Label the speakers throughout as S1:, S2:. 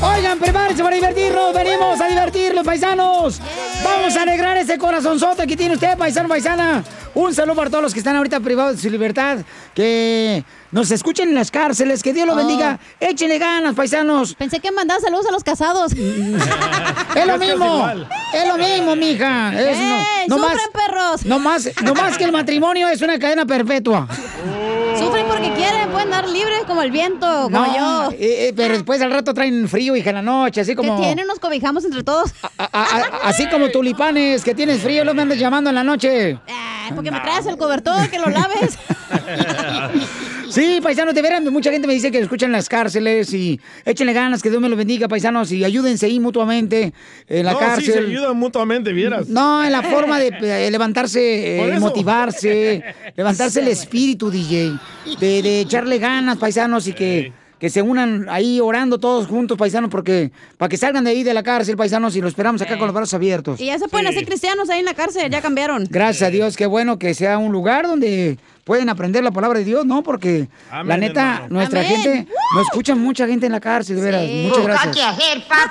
S1: Oigan, prepárense para divertirnos. Venimos a divertirnos, paisanos. Vamos a alegrar ese corazonzote que tiene usted, paisano, paisana. Un saludo para todos los que están ahorita privados de su libertad. Que nos escuchen en las cárceles. Que Dios los
S2: Oh.
S1: bendiga. Échenle ganas, paisanos.
S2: Pensé que mandaba saludos a los casados.
S1: Es lo mismo. Es lo mismo, mija. Es, no,
S2: ¡Ey,
S1: no más,
S2: sufren, Eh, perros!
S1: no más, no más que el matrimonio es una cadena perpetua.
S2: Eh, Sufren porque quieren, pueden dar libres como el viento, como
S1: No,
S2: yo.
S1: eh, eh, pero después al rato traen frío, hija, en la noche, así como... Ah,
S2: ¿Qué tienen? Nos cobijamos entre todos.
S1: A- a- así como tulipanes, que tienes frío, los me andas llamando en la noche.
S2: Ay, porque me traes el cobertor, que lo laves.
S1: Sí, paisanos, de veras, mucha gente me dice que lo escuchan en las cárceles y échenle ganas, que Dios me los bendiga, paisanos, y ayúdense ahí mutuamente en la
S3: no,
S1: cárcel.
S3: sí, se ayudan mutuamente, vieras.
S1: No, en la forma de eh, levantarse, eh,
S3: Por eso.
S1: motivarse, levantarse el espíritu, DJ, de, de echarle ganas, paisanos, y que, que se unan ahí orando todos juntos, paisanos, porque para que salgan de ahí de la cárcel, paisanos, y lo esperamos acá con los brazos abiertos.
S2: Y ya se pueden hacer cristianos ahí en la cárcel, ya cambiaron.
S1: Gracias a
S3: Eh.
S1: Dios, qué bueno que sea un lugar donde pueden aprender la palabra de Dios, ¿no? Porque la
S3: Amén,
S1: neta,
S3: hermano.
S1: nuestra
S2: Amén.
S1: gente, nos escucha mucha gente en la cárcel, de veras. Muchas gracias.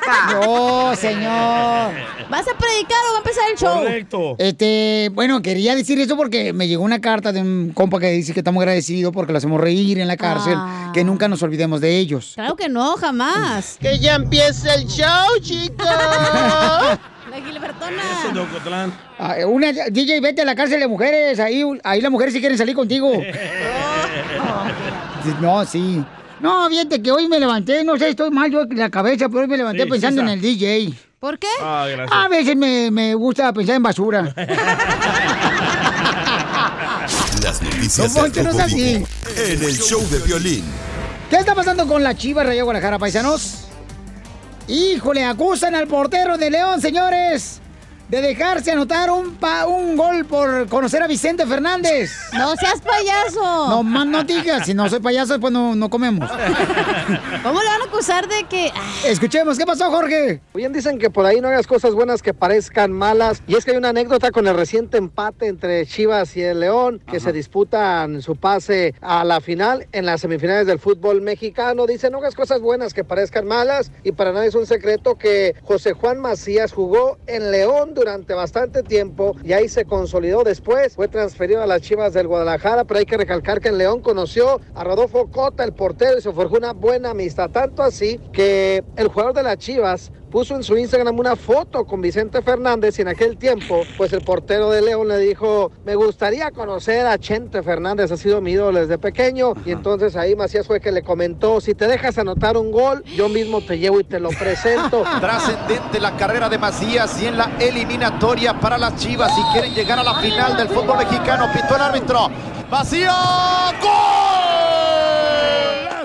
S1: No, señor.
S2: ¿Vas a predicar o va a empezar el show?
S3: Correcto.
S1: Este, bueno, quería decir eso porque me llegó una carta de un compa que dice que estamos agradecidos porque lo hacemos reír en la cárcel,
S2: Ah.
S1: que nunca nos olvidemos de ellos.
S2: Claro que no, jamás.
S4: Que ya empiece el show, chicos.
S2: La
S3: Eso,
S2: Gilbertona.
S3: de Ocotlán.
S1: Ah, Una, DJ, vete a la cárcel de mujeres, ahí, ahí las mujeres sí quieren salir contigo. No, sí. No, fíjate que hoy me levanté, no sé, estoy mal yo en la cabeza, pero hoy me levanté
S3: Sí,
S1: pensando en
S3: sí, sa-
S1: el DJ.
S2: ¿Por qué?
S3: Ah, gracias.
S1: A veces me, me gusta pensar en basura.
S5: Las noticias
S1: No,
S5: del
S1: Poncho, no
S5: Rojo
S1: es así.
S5: Vivo en el show de violín.
S1: ¿Qué está pasando con la Chivas Rayo Guadalajara, paisanos? Híjole, acusan al portero de León, señores, de dejarse anotar un, pa- un gol por conocer a Vicente Fernández.
S2: No seas payaso.
S1: No más no digas, si no soy payaso, pues no, no comemos.
S2: ¿Cómo le van a acusar de que.? Ah,
S1: Escuchemos, ¿qué pasó, Jorge?
S6: Bien dicen que por ahí no hagas cosas buenas que parezcan malas. Y es que hay una anécdota con el reciente empate entre Chivas y el León, que se disputan su pase a la final en las semifinales del fútbol mexicano. Dicen no hagas cosas buenas que parezcan malas. Y para nadie es un secreto que José Juan Macías jugó en León durante bastante tiempo y ahí se consolidó después. Fue transferido a las Chivas del Guadalajara, pero hay que recalcar que en León conoció a Rodolfo Cota, el portero, y se forjó una buena amistad. Tanto así que el jugador de las Chivas puso en su Instagram una foto con Vicente Fernández y en aquel tiempo, pues el portero de León le dijo, me gustaría conocer a Chente Fernández, ha sido mi ídolo desde pequeño. Y entonces ahí Macías fue que le comentó, si te dejas anotar un gol, yo mismo te llevo y te lo presento.
S4: Trascendente la carrera de Macías y en la eliminatoria para las Chivas. Si quieren llegar a la final del fútbol mexicano, pitó el árbitro. Macías, ¡gol!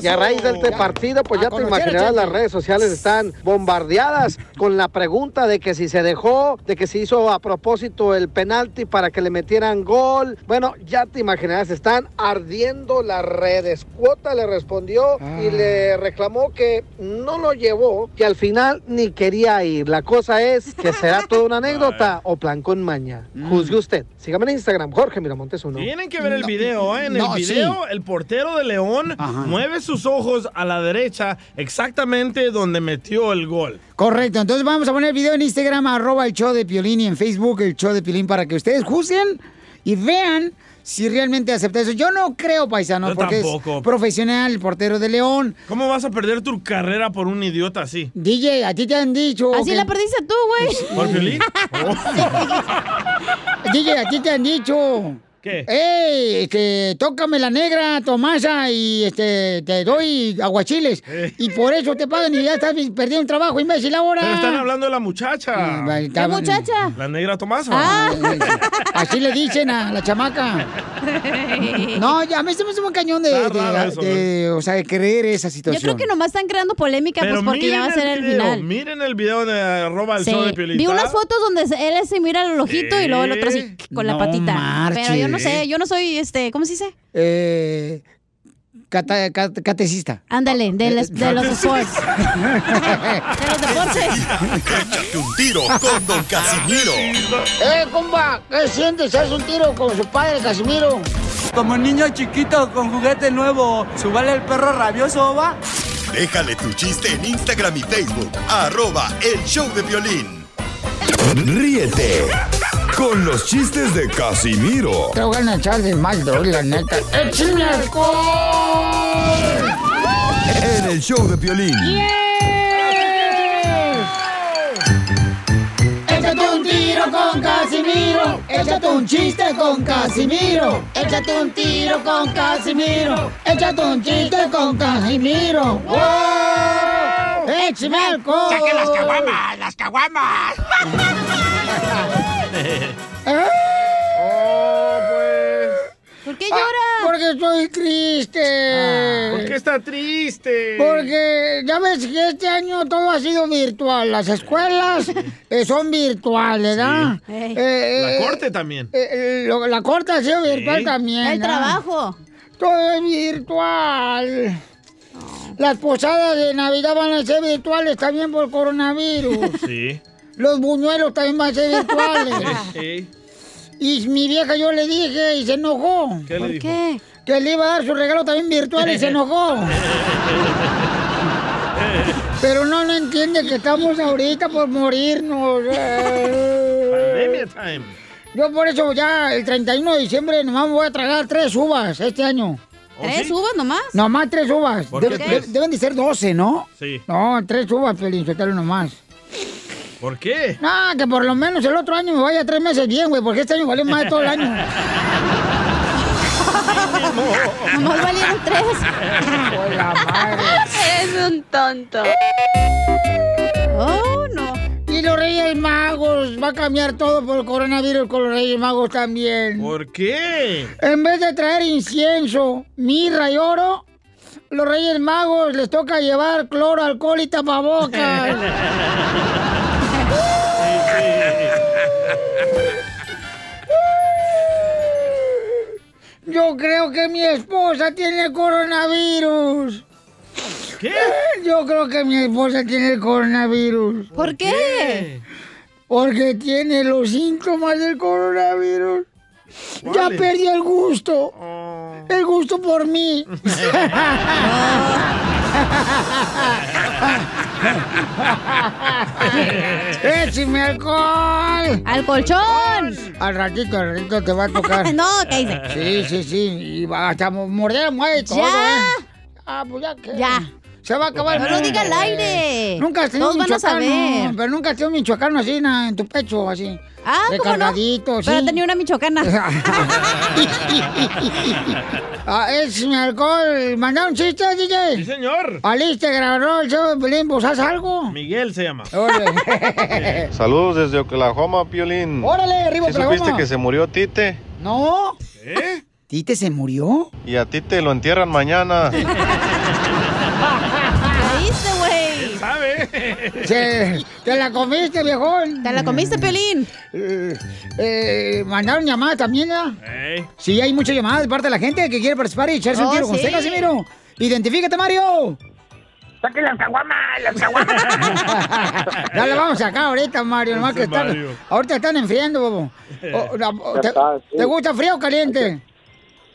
S6: Y a raíz de este
S1: Ya.
S6: partido, pues
S1: A
S6: ya te
S1: conocer a
S6: imaginarás,
S1: Chente.
S6: las redes sociales están bombardeadas con la pregunta de que si se dejó, de que se hizo a propósito el penalti para que le metieran gol. Bueno, ya te imaginarás, están ardiendo las redes. Cuota le respondió y le reclamó que no lo llevó, que al final ni quería ir. La cosa es que será toda una anécdota o plan con maña. Juzgue usted. Sígame en Instagram, Jorge Miramontes uno.
S3: Mm. Tienen que ver el
S1: No,
S3: video, ¿eh? En
S1: no,
S3: el video, el portero de León
S1: Ajá.
S3: mueve sus ojos a la derecha, exactamente donde metió el gol.
S1: Correcto, entonces vamos a poner el video en Instagram, arroba el show de Piolín y en Facebook el show de Piolín para que ustedes juzguen y vean si realmente acepta eso. Yo no creo, paisano,
S3: Yo
S1: porque es
S3: tampoco.
S1: profesional, el portero de León.
S3: ¿Cómo vas a perder tu carrera por un idiota así?
S1: DJ, a ti te han dicho.
S2: Así
S1: que- Pues,
S2: la perdiste tú, güey.
S3: ¿Por violín?
S1: DJ, a ti te han dicho.
S3: ¿Qué?
S1: ¡Ey! Este, tócame la negra, Tomasa, y este, te doy aguachiles.
S3: Eh.
S1: Y por eso te pagan y ya estás perdiendo un trabajo, imbécil, ahora.
S3: Pero están hablando de la muchacha.
S1: Ah,
S2: ¿Qué
S1: estaba-
S2: muchacha? Ah,
S3: La negra Tomasa.
S1: Ah. Así le dicen a la chamaca. No, ya, a mí se me hace un cañón de,
S3: Está
S1: de-
S3: raro eso,
S1: de- o sea, de creer esa
S2: Yo
S1: situación.
S2: creo que nomás están creando polémica, pues porque ya va a ser el
S3: video,
S2: final.
S3: miren el video de arroba el
S2: Sí.
S3: show de Piolín.
S2: Vi unas
S3: Está-
S2: fotos donde se- él se mira el ojito y luego el otro así con la
S1: No
S2: patita. Pero yo no
S1: marches.
S2: sé, yo no soy este, ¿cómo se dice?
S1: Eh, cata- cat- catecista.
S2: Ándale, de, las- de los sports. De los deportes.
S5: Échate un tiro con Don Casimiro.
S1: ¡Eh, comba! ¿Qué sientes? ¿Haz un tiro con su padre, Casimiro?
S7: Como niño chiquito con juguete nuevo, subale el perro rabioso, va.
S5: Déjale tu chiste en Instagram y Facebook. Arroba el show de violín. Ríete con los chistes de Casimiro
S1: Tengo ganas de echarle más doble, la neta. ¡Échame alcohol!
S5: en el show de violín.
S1: Échate un tiro con Casimiro, échate un chiste con Casimiro, échate un tiro con Casimiro, échate un chiste con Casimiro. Ah, ¡Eh, ¡Wow! ¡Échame alcohol! ¡Saque las caguamas, las caguamas!
S2: ¿Por qué llora?
S1: Ah,
S2: Ah,
S1: Porque estoy triste.
S3: ¿Por qué está triste?
S1: Porque ya ves que este año todo ha sido virtual. Las escuelas eh, son virtuales, ¿verdad?
S2: Sí. Ah, Ey.
S3: La
S1: eh,
S3: corte también.
S1: eh, eh, lo- la corte ha sido virtual
S3: Sí.
S1: también.
S2: El
S1: ¿verdad?
S2: trabajo.
S1: Todo es virtual. Las posadas de Navidad van a ser virtuales también por coronavirus.
S3: Sí.
S1: Los buñuelos también van a ser virtuales.
S3: Ey,
S1: Y mi vieja yo le dije y se enojó.
S3: ¿Qué le
S2: ¿Por
S3: dijo?
S2: qué?
S1: Que le iba a dar su regalo también virtual y se enojó. Pero no, no entiende que estamos ahorita por morirnos. eh.
S3: Pandemia time.
S1: Yo por eso ya el 31 de diciembre nomás me voy a tragar tres uvas este año.
S3: ¿Oh,
S2: ¿Tres
S3: sí?
S2: uvas nomás?
S1: Nomás tres uvas.
S3: ¿Por qué
S1: Debe-
S3: tres?
S1: de- deben de ser 12, ¿no?
S3: Sí.
S1: No, tres uvas, Sotelo nomás.
S3: ¿Por qué?
S1: Ah, que por lo menos el otro año me vaya tres meses bien, güey, porque este año valió más de todo el año.
S2: Nomás valieron tres.
S1: Por la madre.
S8: Eres un tonto.
S2: Oh, no.
S1: Y los Reyes Magos, va a cambiar todo por el coronavirus con los Reyes Magos también.
S3: ¿Por qué?
S1: En vez de traer incienso, mirra y oro, los Reyes Magos les toca llevar cloro, alcohol y tapabocas. Yo creo que mi esposa tiene coronavirus. Eh,
S3: ¿Qué?
S1: Yo creo que mi esposa tiene el coronavirus.
S2: ¿Por qué?
S1: Porque tiene los síntomas del coronavirus. Ya
S3: ¿Cuáles?
S1: perdió el gusto.
S3: Oh.
S1: El gusto por mí. ¡Échame alcohol!
S2: ¡Al colchón!
S1: Al ratito, al ratito te va a tocar.
S2: No, ¿qué dice?
S1: Sí, sí, sí. Y va hasta morder, mueve todo,
S2: Ya.
S1: ¿eh? Ah, pues ya que.
S2: Ya.
S1: Se va a acabar el
S2: No lo
S1: mundo,
S2: diga al
S1: güey.
S2: aire.
S1: Nunca has tenido
S2: Todos
S1: un
S2: van a
S1: michoacano.
S2: saber.
S1: Pero nunca has tenido un michoacano así na, en tu pecho, así.
S2: Ah, ¿cómo no?
S1: Recargadito, sí.
S2: Pero tenía una michoacana.
S1: Ah, es mi alcohol. Mandaron chistes,
S3: Sí,
S1: DJ.
S3: señor.
S1: Al Instagram, ¿no? El show de Pelín, ¿vos haz algo?
S3: Miguel se llama.
S1: Órale.
S4: Saludos desde Oklahoma, Piolín.
S1: Órale, arriba,
S4: ¿Sí supiste
S1: Oklahoma.
S4: que se murió Tite?
S1: No.
S3: ¿Eh?
S1: ¿Tite se murió?
S4: Y a Tite lo entierran mañana.
S2: La hice, güey.
S3: ¿Sabe?
S1: Se- te la comiste, viejón.
S2: ¿Te la comiste, Pelín?
S1: Eh, eh, mandaron llamadas también, ¿ya?
S3: Ey.
S1: Sí, hay muchas llamadas de parte de la gente que quiere participar y echarse un
S2: Oh,
S1: tiro con
S2: sí.
S1: usted, Casimiro. Identifícate, Mario. Ya lo vamos a sacar ahorita, Mario. Nomás
S3: Ese
S1: que están,
S3: Mario.
S1: ahorita están enfriando, bobo. O- la- o-
S9: Ya
S1: te,
S9: está, sí.
S1: te gusta frío o caliente?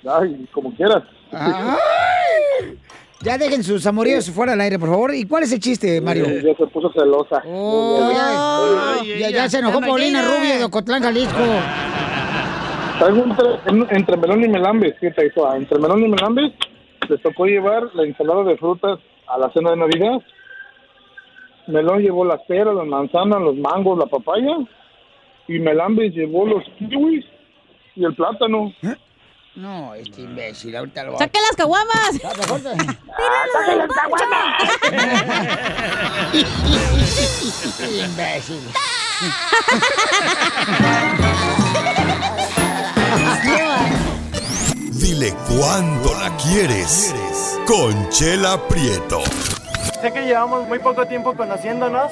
S9: Ay, como quieras.
S1: Ay. Ya dejen sus amoríos fuera del aire, por favor. ¿Y cuál es el chiste, Mario?
S9: Ya se puso celosa.
S1: Oh, ya,
S2: Oh.
S3: Ay,
S1: ya- ya
S3: ella.
S1: se enojó
S2: La
S1: Paulina
S2: Maquena.
S1: Rubio de Ocotlán, Jalisco.
S9: Traigo un tre- un- entre melón y melambe, ¿qué te hizo? Ah, Entre melón y melambe les tocó llevar la ensalada de frutas a la cena de Navidad. Melón llevó las peras, las manzanas, los mangos, la papaya. Y melambe llevó los kiwis y el plátano.
S1: No, este imbécil, ahorita lo
S2: ¡Saque las caguamas!
S1: ¡Saque las caguamas! imbécil.
S5: Dile cuándo la quieres. Conchela Prieto.
S10: Sé que llevamos muy poco tiempo conociéndonos.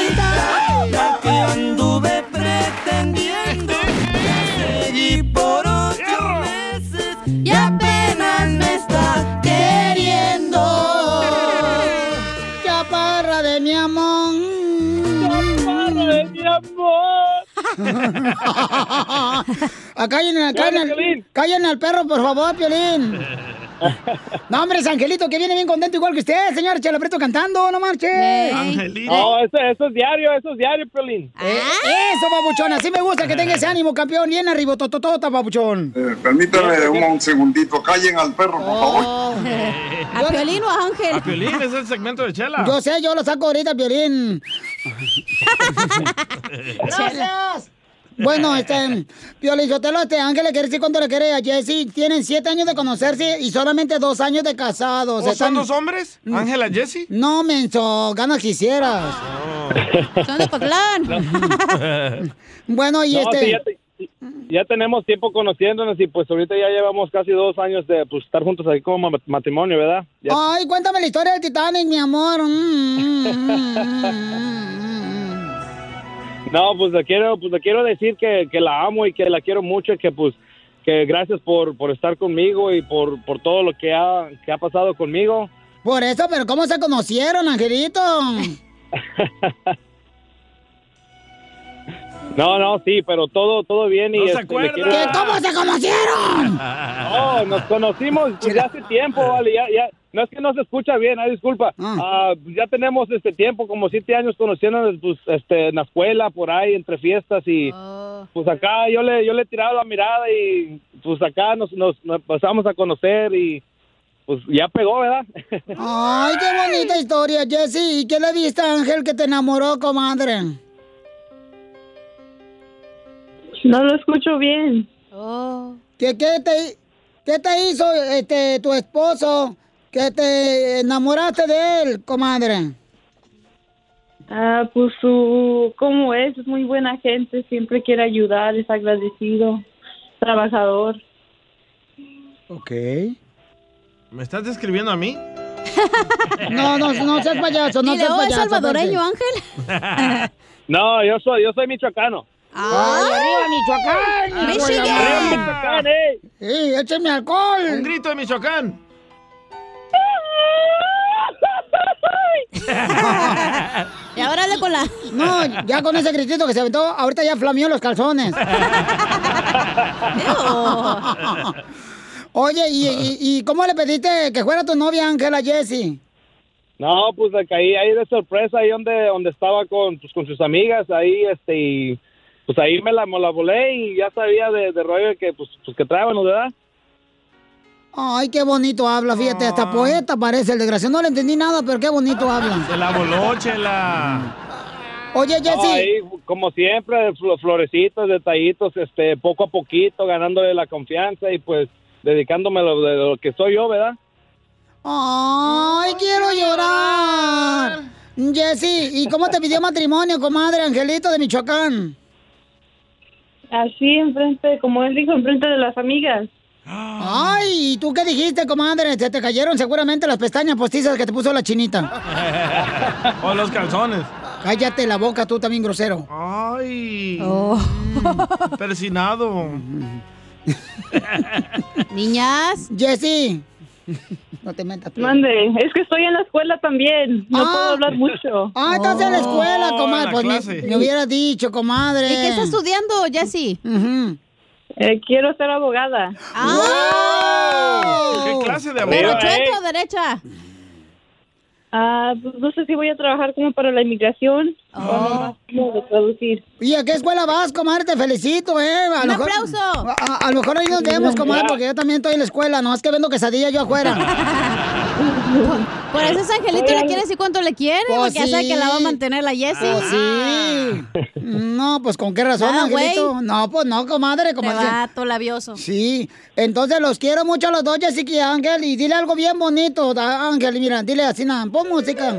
S11: la que anduve pretendiendo. Seguí por ocho meses y apenas me está
S1: queriendo. Chaparra de mi amor. Chaparra de mi amor. callen, a- callen al- callen al perro, por favor, Piolín. No, hombre, es Angelito, que viene bien contento igual que usted, señor Chalapreto cantando, no marche.
S12: No, eso, eso es diario, eso es diario, Piolín.
S1: Eh, Eso, babuchón, así me
S3: Ah.
S1: gusta que tenga ese ánimo, campeón. Bien arriba, tototota, babuchón.
S13: Eh, Permítame un, un segundito. Callen al perro, por
S2: Oh.
S13: favor.
S2: ¿A Piolín o a Ángel?
S3: A Piolín es el segmento de Chela.
S1: Yo sé, yo lo saco ahorita, Piolín. ¡Gracias! Bueno, este, Piolín, yo te lo este Ángel le quiere decir cuánto le quiere a Jessy. Tienen siete años de conocerse y solamente dos años de casados.
S3: ¿O son dos hombres?
S1: Mm.
S3: ¿Ángela Jessy?
S1: No, menso, ganas quisieras.
S3: Son de
S12: No.
S1: Bueno, y
S12: No,
S1: este...
S12: sí, ya, te- ya tenemos tiempo conociéndonos y pues ahorita ya llevamos casi dos años de pues, estar juntos aquí como ma- matrimonio, ¿verdad? Ya-
S1: Ay, cuéntame la historia del Titanic, mi amor. Mm, mm, mm.
S12: No, pues le quiero, pues le quiero decir que, que la amo y que la quiero mucho y que pues que gracias por, por estar conmigo y por, por todo lo que ha, que ha pasado conmigo.
S1: Por eso, pero ¿cómo se conocieron, Angelito?
S12: No, no, sí, pero todo, todo bien y
S1: No se
S12: este, le
S1: acuerda.
S12: quiero-
S1: ¿Que cómo se conocieron?
S12: No, Oh, nos conocimos pues, ya hace tiempo, vale, ya, ya, no es que no se escucha bien, ay, disculpa, Ah, ya tenemos este tiempo, como siete años conociéndonos, pues, este, en la escuela, por ahí, entre fiestas y, pues, acá yo le, yo le he tirado la mirada y, pues, acá nos, nos, nos pasamos a conocer y, pues, ya pegó, ¿verdad?
S1: Ay, qué bonita historia, Jessy. ¿Y qué le viste a Ángel que te enamoró, comadre?
S8: No lo escucho bien.
S2: Oh,
S1: ¿Qué, qué te, qué te hizo este, tu esposo que te enamoraste de él, comadre?
S8: Ah, pues su, ¿cómo es? Es muy buena gente, siempre quiere ayudar, es agradecido, trabajador.
S1: Ok.
S3: ¿Me estás describiendo a mí?
S1: No, no, no seas payaso, no
S2: Y
S1: seas
S2: luego es
S1: payaso.
S2: salvadoreño,
S1: "Oh, Ángel.
S12: no, yo soy, yo soy michoacano.
S1: ¡Ay, arriba, Michoacán!
S12: Michigan. Arriba, Michoacán, eh!
S1: ¡Sí, écheme alcohol!
S3: Un grito de Michoacán.
S1: Y ahora le con la. No, ya con ese gritito que se aventó, ahorita ya flameó los calzones. Oye, ¿y,
S3: Ah.
S1: y, y cómo le pediste que fuera tu novia Ángela Jessie?
S12: No, pues de que ahí, ahí de sorpresa, ahí donde, donde estaba con, pues, con sus amigas, ahí, este, y, pues ahí me la, me la volé y ya sabía de, de rollo que, pues, pues que trábanos, ¿verdad?
S1: Ay, qué bonito habla, fíjate,
S3: Ah.
S1: hasta poeta parece el desgraciado. No le entendí nada, pero qué bonito habla.
S3: Se la voló, Chela.
S1: Oye,
S12: No, ahí,
S1: Jessie.
S12: como siempre, flo- florecitos, detallitos, este, poco a poquito, ganándole la confianza y, pues, dedicándome a lo, de lo que soy yo, ¿verdad?
S1: Ay, quiero llorar. Jessie, ¿y cómo te pidió matrimonio, comadre Angelito de Michoacán?
S8: Así, enfrente, como él dijo, enfrente de las amigas.
S1: Ay, ¿y tú qué dijiste, comadre? Se te cayeron seguramente las pestañas postizas que te puso la chinita.
S3: o los calzones.
S1: Cállate la boca, tú también grosero.
S3: Ay.
S1: Oh.
S2: Oh.
S3: Persinado.
S1: Niñas. Jessy. No te metas. tú.
S8: Mande, es que estoy en la escuela también, no puedo hablar mucho.
S1: Ah, estás en la
S11: Oh,
S1: escuela, comadre. Pues me, me hubiera dicho, comadre.
S8: ¿Y qué está
S1: estudiando, Jessy?
S14: Eh, quiero ser abogada.
S2: Ah.
S11: ¿Qué clase de
S14: Pero
S11: abogada
S14: chueco.
S11: eh?
S14: ¿A derecha? Ah, pues no sé si voy a trabajar como para la inmigración
S2: Oh.
S14: o nomás como de traducir.
S1: ¿Y a qué escuela vas, comadre? Te felicito, ¿eh? A
S14: ¡Un
S1: lo mejor-
S14: aplauso!
S1: A, a- a lo mejor ahí nos vemos, comadre,
S14: Ya.
S1: porque yo también estoy en la escuela, no es que vendo quesadilla yo afuera.
S2: Por, por eso ese angelito le quiere decir cuánto le quiere,
S1: Pues
S2: porque ya sabe que la va a
S1: sí.
S2: mantener la Jessie.
S11: Ah,
S1: sí. No, pues con qué razón,
S2: Ah, güey.
S1: Angelito. No, pues no, comadre, comadre.
S2: Vato labioso.
S1: Sí, entonces los quiero mucho a los dos, Jessica y Ángel, y dile algo bien bonito, da- Ángel, mira, dile así, nada, pon música.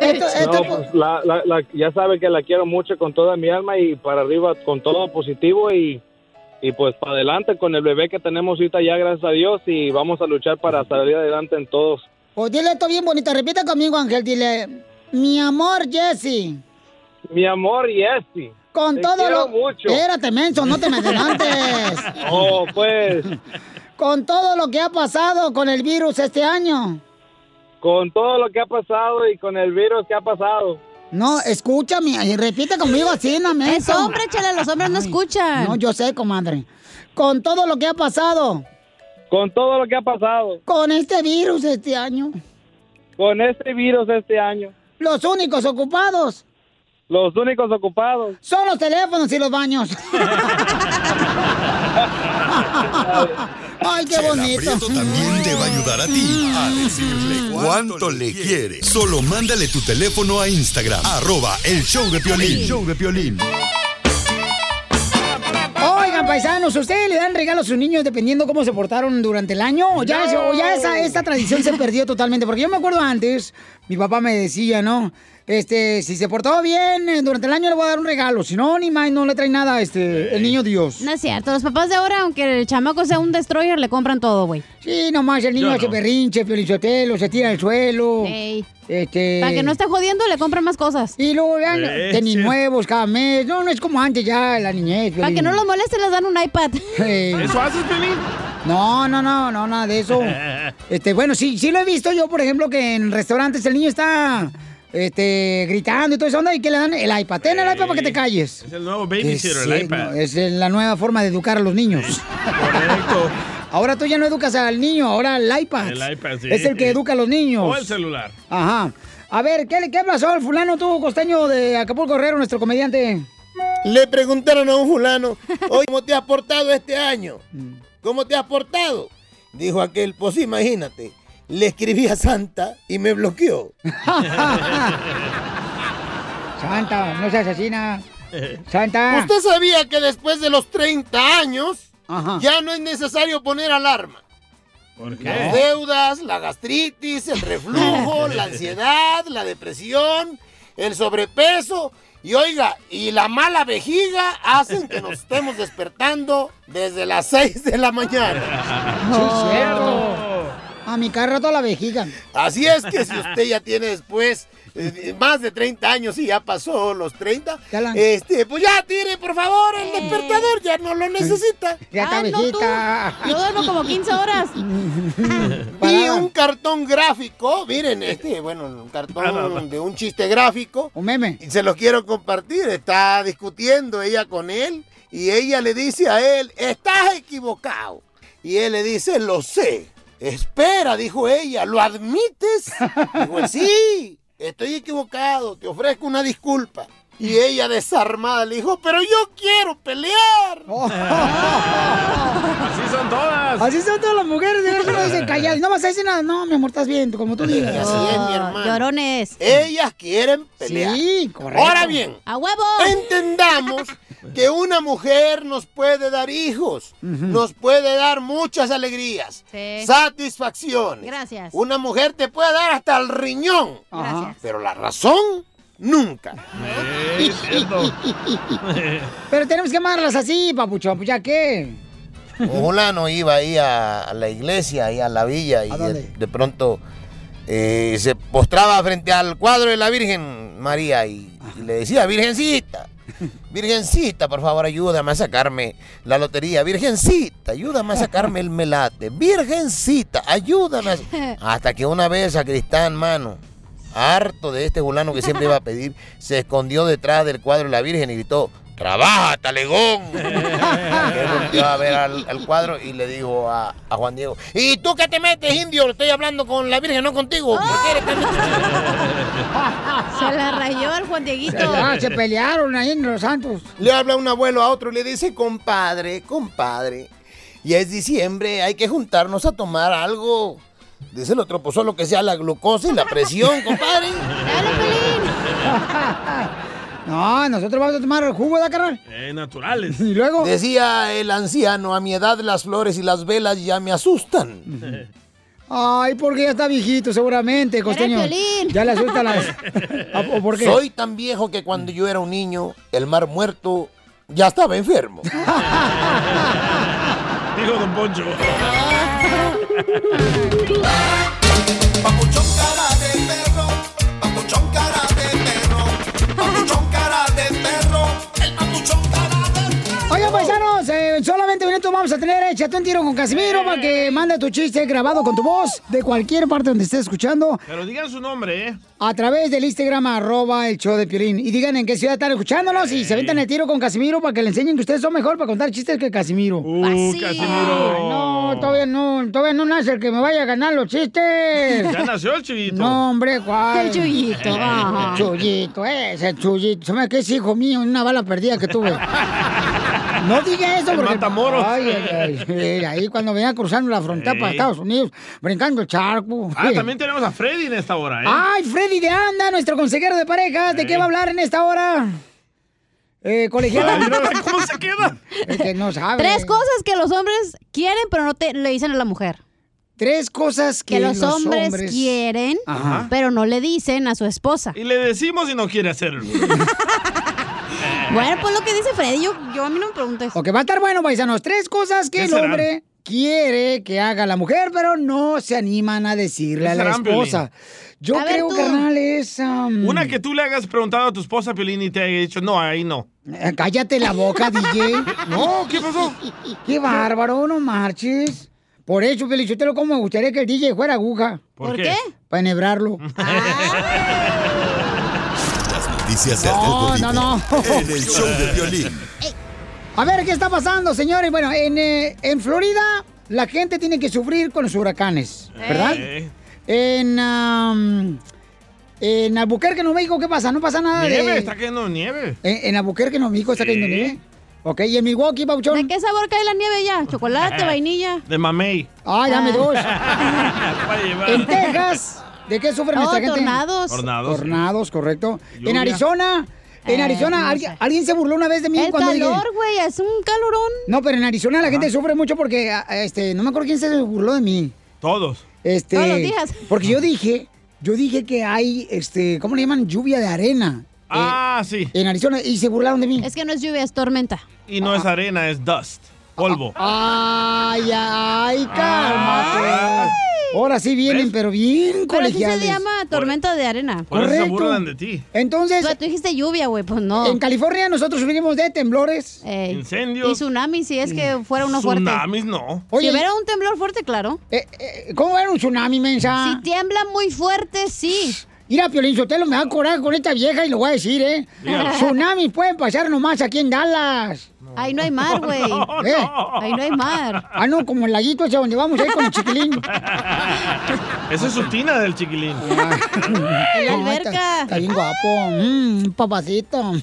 S1: Esto, esto,
S12: No, pues, la- la- la- ya sabe que la quiero mucho con toda mi alma y para arriba con todo positivo y, y pues para adelante con el bebé que tenemos ahorita ya, gracias a Dios, y vamos a luchar para salir adelante en todos.
S1: pues dile esto bien bonito, repita conmigo, Ángel, dile, mi amor, Jessy.
S12: Mi amor, Jessy.
S1: Con
S12: Te
S1: todo
S12: quiero
S1: lo.
S12: mucho.
S1: Espérate, menso, no te me adelantes.
S12: Oh, pues,
S1: con todo lo que ha pasado con el virus este año.
S12: con todo lo que ha pasado y con el virus que ha pasado.
S1: No, escúchame y repite conmigo así, no menso. Es hombre, chale, los hombres no escuchan. No, yo sé, comadre. Con todo lo que ha pasado.
S12: Con todo lo que ha pasado.
S1: Con este virus este año.
S12: Con este virus este año.
S1: Los únicos ocupados
S12: Los únicos ocupados.
S1: son los teléfonos y los baños. Ay, qué bonito.
S5: También te va a ayudar a ti a decirle cuánto le quieres. Solo mándale tu teléfono a Instagram, arroba el show de Piolín. Show de Piolín.
S1: Oigan, paisanos, ¿ustedes le dan regalos a sus niños dependiendo cómo se portaron durante el año? ¿O ya,
S10: No.
S1: o ya esa, esta tradición se perdió totalmente? Porque yo me acuerdo antes, mi papá me decía, ¿no? Este, si se portó bien eh, durante el año le voy a dar un regalo. Si no, ni más, no le trae nada este, el niño Dios.
S2: No es cierto, los papás de ahora, aunque el chamaco sea un destroyer, le compran todo, güey.
S1: Sí, nomás el niño
S2: Yo
S1: hace
S2: no.
S1: berrinche, piolichotelo, se tira al suelo. Este...
S2: Para que no esté jodiendo, le compran más cosas.
S1: Y luego vean,
S2: Eh,
S1: tenis
S2: sí.
S1: nuevos cada mes. No, no es como antes ya, la niñez.
S2: Para que no los moleste, les dan un iPad.
S1: ¿Eso haces, Pelín? No, no, no, no, nada de eso. Este, bueno, sí, sí lo he visto yo, por ejemplo, que en restaurantes el niño está este, gritando y todo eso, onda, y que le dan el iPad. Ten el iPad para que te calles.
S11: Es el nuevo
S1: Es,
S11: babysitter,
S1: eh,
S11: el iPad.
S1: no, es eh, la nueva forma de educar a los niños.
S11: Correcto.
S1: Ahora tú ya no educas al niño, ahora el iPad.
S11: El iPad, sí.
S1: Es el que educa a los niños.
S11: O el celular.
S1: Ajá. A ver, ¿qué, le- ¿qué pasó al fulano tú, costeño de Acapulco Herrero, nuestro comediante?
S15: Le preguntaron a un fulano, oye, ¿cómo te has portado este año?
S1: Mm.
S15: ¿Cómo te has portado? Dijo aquel, pues imagínate, le escribí a Santa y me bloqueó.
S1: Santa, no seas asesina. Santa.
S15: ¿Usted sabía que después de los 30 años ya no es necesario poner alarma?
S11: ¿Por qué?
S15: Las deudas, la gastritis, el reflujo, la ansiedad, la depresión, el sobrepeso y oiga, y la mala vejiga hacen que nos estemos despertando desde las 6 de la mañana.
S1: Sí, es cierto. A mi cada rato la vejiga.
S15: Así es que si usted ya tiene después eh, más de 30 años y ya pasó los 30, este, pues ya tire por favor el despertador, ya no lo necesita.
S1: Eh. Ya está Ah, no, viejita. tú. Yo duermo como 15 horas.
S15: Vi un cartón gráfico, miren, este, bueno, un cartón de un chiste gráfico.
S1: Un meme.
S15: Y se lo quiero compartir, está discutiendo ella con él y ella le dice a él, estás equivocado. Y él le dice, lo sé. Espera, dijo ella, ¿lo admites? Dijo él, sí, estoy equivocado, te ofrezco una disculpa. Y ella desarmada le dijo, pero yo quiero pelear.
S1: Oh.
S11: Así son todas.
S1: Así son todas las mujeres, de verdad, no dicen callar. No vas a decir nada. No, mi amor, estás bien, como tú digas. Oh,
S15: Así es, mi hermano. Ellas quieren pelear.
S1: Sí, correcto.
S15: Ahora bien,
S2: a huevo.
S15: Entendamos que una mujer nos puede dar hijos, nos puede dar muchas alegrías,
S2: Sí.
S15: satisfacciones.
S2: Gracias.
S15: Una mujer te puede dar hasta el riñón,
S2: Gracias.
S16: Ah,
S15: pero la razón nunca.
S1: Pero tenemos que amarlas así, papuchón. Pues ya qué.
S15: Un fulano iba ahí a, a la iglesia, ahí a la villa, y de, de pronto eh, se postraba frente al cuadro de la Virgen María y, y le decía, Virgencita, Virgencita, por favor ayúdame a sacarme la lotería, Virgencita, ayúdame a sacarme el melate, Virgencita, ayúdame. a-". Hasta que una vez sacristán, mano, harto de este fulano que siempre iba a pedir, se escondió detrás del cuadro de la Virgen y gritó,
S17: trabaja, talegón.
S1: Ah.
S17: Él volteó a ver al, al cuadro y le dijo a, a Juan Diego, ¿y tú qué te metes, indio? Estoy hablando con la Virgen, no contigo. ¿Por qué eres tan
S2: Se la rayó el Juan Dieguito.
S1: Ah, se pelearon ahí en Los Santos.
S17: Le habla un abuelo a otro y le dice, compadre, compadre, ya es diciembre, hay que juntarnos a tomar algo. Dice el otro, pues solo que sea la glucosa y la presión, compadre.
S1: No, nosotros vamos a tomar el jugo, ¿da, carnal?
S3: Eh, naturales.
S1: Y luego.
S17: Decía el anciano, a mi edad las flores y las velas ya me asustan.
S1: Ay, porque ya está viejito, seguramente, costeño.
S17: Piolín.
S1: Ya le asustan las. Ah, ¿O por qué?
S17: Soy tan viejo que cuando yo era un niño, el mar muerto ya estaba enfermo.
S3: Dijo Don Poncho.
S1: Oigan, paisanos, eh, solamente minutos vamos a tener Échate un tiro con Casimiro para que mande tu chiste grabado con tu voz de cualquier parte donde estés escuchando
S3: Pero digan su nombre, ¿eh?
S1: a través del Instagram arroba el show de Piolín. Y digan en qué ciudad están escuchándonos y se aventan el tiro con Casimiro para que le enseñen que ustedes son mejor para contar chistes que Casimiro.
S3: Fácil. Uh, Pues Casimiro.
S1: Ay, no, todavía no, todavía no nace el que me vaya a ganar los chistes.
S3: Ya nació el chuyito.
S1: Eh. No, hombre, ¿cuál?
S3: El chuyito, ah.
S1: Chuyito, ese chuyito. Se me que es hijo mío, una bala perdida que tuve. No diga eso
S3: El
S1: porque...
S3: Matamoros.
S1: Ay, ay, ay, eh, ahí cuando venía cruzando la frontera para
S3: Ey.
S1: Estados Unidos, brincando el charco.
S3: Ah, también tenemos a Freddy en esta hora, ¿eh?
S1: Ay, Freddy de Anda, nuestro consejero de parejas, ¿de qué va a hablar en esta hora? Eh, colegiada.
S3: Ay, no, ¿Cómo se queda?
S1: Es que no sabe.
S2: Tres cosas que los hombres quieren, pero no te le dicen a la mujer.
S1: Tres cosas
S3: que
S2: los,
S3: los
S2: hombres,
S3: hombres-
S2: quieren,
S3: Ajá.
S2: pero no le dicen a su esposa.
S3: Y le decimos si no quiere hacerlo.
S2: Bueno, pues lo que dice Freddy, yo, yo a mí no me preguntes.
S1: Ok, va a estar bueno, paisanos. Tres cosas que
S2: ¿Qué
S1: el
S2: serán?
S1: hombre quiere que haga la mujer, pero no se animan a decirle
S3: ¿Qué
S1: a la
S3: serán,
S1: esposa. Yo
S3: A ver
S1: creo,
S3: tú.
S1: carnal, es... um,
S3: Una que tú le hagas preguntado a tu esposa, Piolín, y te haya dicho, no, ahí no.
S1: eh, Cállate la boca, DJ.
S3: No, ¿qué pasó?
S1: Qué bárbaro, no marches. Por eso, Felicitelo, como me gustaría que el DJ fuera aguja.
S3: ¿Por ¿Por qué? qué?
S1: Para enhebrarlo.
S5: Las noticias del
S1: No,
S5: grupo
S1: no, no.
S5: en el show de violín.
S1: A ver, ¿qué está pasando, señores? Bueno, en, eh, en Florida la gente tiene que sufrir con los huracanes, ¿verdad?
S11: Eh.
S1: En, am, en Albuquerque, Nuevo México, ¿qué pasa? No pasa nada
S3: Nieve,
S1: de...
S3: está cayendo nieve.
S1: En, en Albuquerque, Nuevo México, está cayendo
S3: Sí.
S1: nieve. Ok, y en Milwaukee, Pauchón. ¿De
S2: qué sabor cae la nieve ya? ¿Chocolate, vainilla? Ah.
S3: De mamey.
S1: Ah, dame dos.
S3: Para llevar.
S1: En Texas, ¿de qué sufre
S2: Oh,
S1: nuestra gente?
S2: tornados.
S3: Tornados.
S1: Tornados, correcto. En
S3: Lluvia.
S1: Arizona, en
S2: Eh,
S1: Arizona,
S2: no
S1: alguien,
S2: sé.
S1: alguien se burló una vez de mí
S2: El
S1: cuando dije-
S2: calor, güey, es un calorón.
S1: No, pero en Arizona la gente sufre mucho porque, a- este, no me acuerdo quién se burló de mí.
S3: Todos.
S1: Este,
S3: Todos los días.
S1: Porque yo dije, yo dije que hay, este, ¿cómo le llaman? Lluvia de arena. Eh,
S3: Ah, sí.
S1: En Arizona, y se burlaron de mí.
S2: Es que no es lluvia, es tormenta.
S3: Y no es
S1: Ah.
S3: arena, es dust. Polvo.
S1: Ay, ay, cálmate. Ahora sí vienen, pero bien
S2: Pero aquí se
S1: colegiales.
S2: le llama tormenta de arena.
S3: Por eso se burlan de ti.
S1: Entonces.
S2: tú dijiste lluvia, güey, pues no.
S1: En California nosotros sufrimos de temblores.
S3: Incendios.
S2: Y tsunami, si es que fuera
S1: ah,
S2: uno fuerte.
S3: Tsunamis, no.
S2: si hubiera un temblor fuerte, claro.
S1: eh, ¿Cómo era un tsunami, mensa?
S2: Si tiembla muy fuerte, sí.
S1: Mira, Piolín Sotelo, me da coraje con esta vieja y lo voy a decir, ¿eh?
S2: Dígalo.
S1: Tsunamis pueden pasar nomás aquí en Dallas.
S2: Ahí no hay mar, güey.
S1: ¿Eh?
S2: Ahí no hay mar.
S1: Ah, no, como el laguito hacia donde vamos, ahí con el chiquilín.
S3: Esa es su tina del chiquilín.
S1: No, Está, está bien guapo, mm, papacito. Mm.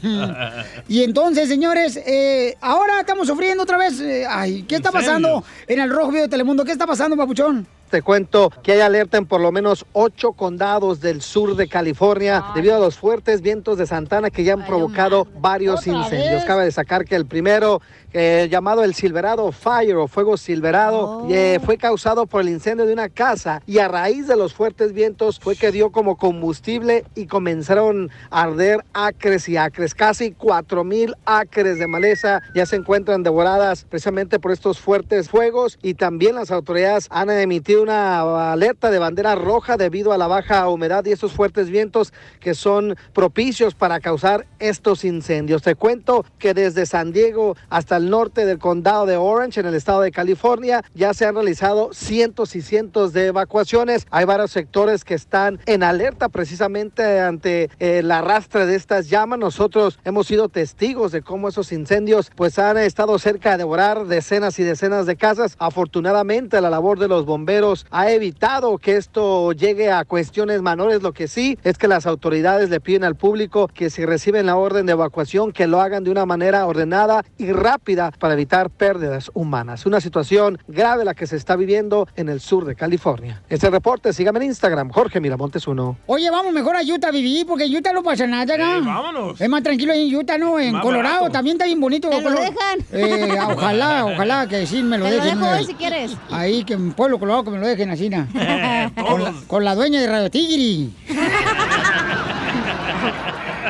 S1: Y entonces, señores, eh, ahora estamos sufriendo otra vez. eh, ay, ¿qué está pasando en el Rojo Vivo de Telemundo? ¿Qué está pasando, papuchón?
S6: Te cuento que hay alerta en por lo menos ocho condados del sur de California debido a los fuertes vientos de Santana que ya han provocado varios
S18: ¿Otra
S6: incendios.
S18: vez?
S6: Cabe destacar que el primero, eh, llamado el Silverado Fire o Fuego Silverado,
S18: Oh.
S6: eh, fue causado por el incendio de una casa y a raíz de los fuertes vientos fue que dio como combustible y comenzaron a arder acres y acres. Casi 4.000 acres de maleza ya se encuentran devoradas precisamente por estos fuertes fuegos y también las autoridades han emitido una alerta de bandera roja debido a la baja humedad y esos fuertes vientos que son propicios para causar estos incendios. Te cuento que desde San Diego hasta el norte del condado de Orange, en el estado de California, ya se han realizado cientos y cientos de evacuaciones. Hay varios sectores que están en alerta precisamente ante eh, el arrastre de estas llamas. Nosotros hemos sido testigos de cómo esos incendios pues han estado cerca de devorar decenas y decenas de casas. Afortunadamente la labor de los bomberos ha evitado que esto llegue a cuestiones menores. Lo que sí es que las autoridades le piden al público que si reciben la orden de evacuación que lo hagan de una manera ordenada y rápida para evitar pérdidas humanas. Una situación grave la que se está viviendo en el sur de California. Este reporte sígame en Instagram, Jorge Miramontes 1.
S1: Oye, vamos mejor a Utah a vivir, porque en Utah no pasa nada, ¿no? vámonos. Es más tranquilo ahí en Utah, ¿no? En
S11: Más
S1: Colorado
S11: barato.
S1: también está bien bonito.
S11: ¿Te lo
S1: Colo-
S11: dejan?
S1: Eh, ojalá, ojalá que sí me lo
S11: Te lo
S1: dejen.
S11: dejo hoy
S1: eh,
S11: si quieres.
S1: Ahí, que en Pueblo Colorado que me lo dejen, así, na.
S11: Eh,
S1: con, la, con la dueña de Radio Tigri.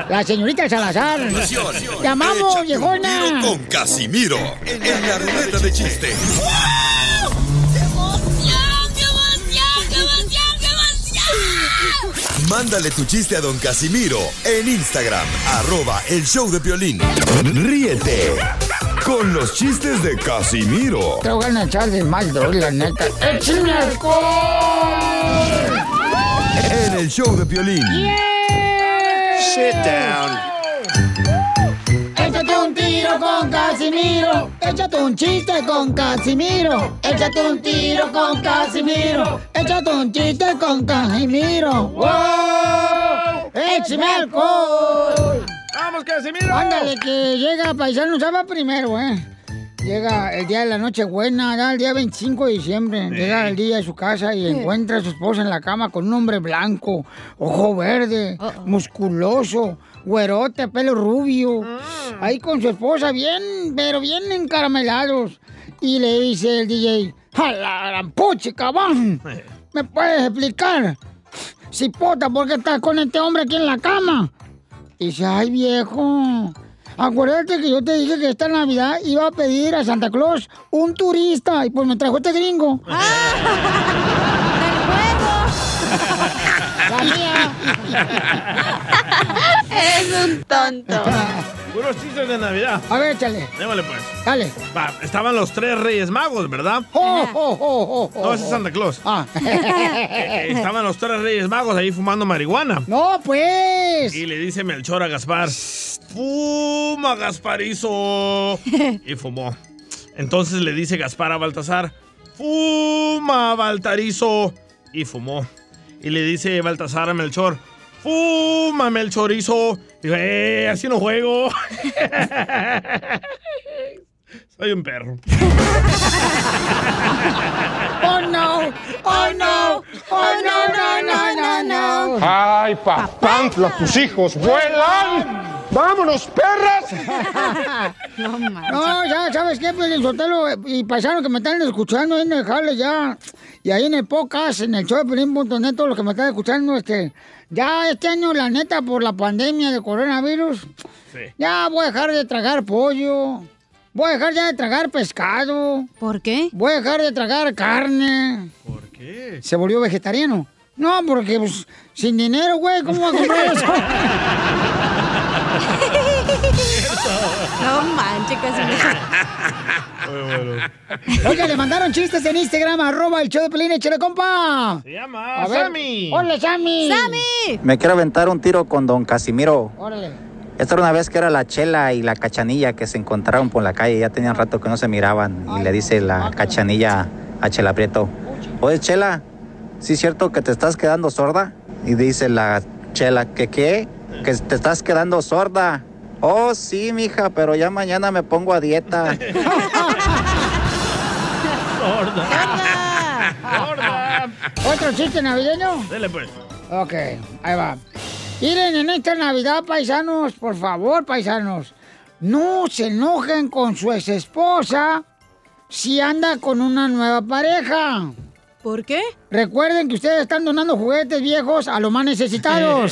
S1: La señorita Salazar. Te amamos, viejona.
S5: Con Casimiro en la ruleta de chiste. Mándale tu chiste a don Casimiro en Instagram, arroba el show de violín. Ríete con los chistes de Casimiro
S1: Te voy a echar de mal, bro, la neta. ¡Échame alcohol!
S5: en el show de violín.
S1: Sit
S5: down.
S1: Échate un tiro con Casimiro. Échate un chiste con Casimiro. Échate un tiro con Casimiro. Échate un chiste con Casimiro. ¡Wow! ¡Échame alcohol! ¡Vamos, Casimiro! Ándale, que llega paisano, ya va primero, ¿eh? Llega el día de la noche buena, ya el día 25 de diciembre. Llega el día a su casa y encuentra a su esposa en la cama con un hombre blanco, ojo verde, musculoso, güerote, pelo rubio. Ahí con su esposa, bien, pero bien encaramelados. Y le dice el DJ, ¡A la gran puchi, cabrón! ¿Me puedes explicar? Cipota, ¿por qué estás con este hombre aquí en la cama? Dice, ay viejo, acuérdate que yo te dije que esta Navidad iba a pedir a Santa Claus un turista y pues me trajo este gringo. La
S11: Eres un tonto.
S3: Puros chistes de Navidad.
S1: A ver, échale.
S3: Démosle pues.
S1: Dale.
S3: Va, estaban los tres reyes magos, ¿verdad?
S1: ¡Oh, oh, oh, oh!
S3: No, ese es Santa Claus.
S1: Ah.
S3: Eh, estaban los tres reyes magos ahí fumando marihuana.
S1: ¡No, pues!
S3: Y le dice Melchor a Gaspar, ¡Fuma, Gasparizo! Y fumó. Entonces le dice Gaspar a Baltasar, ¡Fuma, Baltarizo! Y fumó. Y le dice Baltasar a Melchor, ¡Fuma, Melchorizo! Y dijo, ¡eh, así no juego! Soy un perro.
S1: ¡Oh, no! ¡Oh, no! ¡Oh, no, no, no, no, no!
S18: ¡Ay, papantla! ¡Tus hijos vuelan! ¡Vámonos, perras!
S1: No, ya, ¿sabes qué, Piolín Sotelo? Eh, Y pasaron que me están escuchando ahí en el jale ya. Y ahí en el podcast, en el show de Piolín.net, todos los que me están escuchando, este... Ya este año, la neta, por la pandemia de coronavirus, ya voy a dejar de tragar pollo. Voy a dejar ya de tragar pescado. ¿Por qué? Voy a dejar de tragar carne. ¿Por qué? ¿Se volvió vegetariano? No, porque pues, sin dinero, güey, ¿cómo va a comprar eso?
S11: No manches, Casimiro.
S1: Oiga, le mandaron chistes en Instagram, arroba el show de Pelín, échale, compa. Se llama
S11: Sammy.
S1: Hola, Sammy.
S11: ¡Sammy!
S15: Me quiero aventar un tiro con don Casimiro.
S1: Órale.
S15: Esta era una vez que era la Chela y la Cachanilla que se encontraron por la calle, ya tenían rato que no se miraban y le dice la Cachanilla a Chela Prieto, oye Chela, ¿sí es cierto que te estás quedando sorda? Y dice la Chela, ¿que qué? Que te estás quedando sorda. Oh, sí, mija, pero ya mañana me pongo a dieta.
S1: ¿Otro chiste navideño?
S3: Dele pues.
S1: Ok, ahí va. Miren, en esta Navidad, paisanos, por favor, paisanos, no se enojen con su ex esposa si anda con una nueva pareja. ¿Por qué? Recuerden que ustedes están donando juguetes viejos a los más necesitados.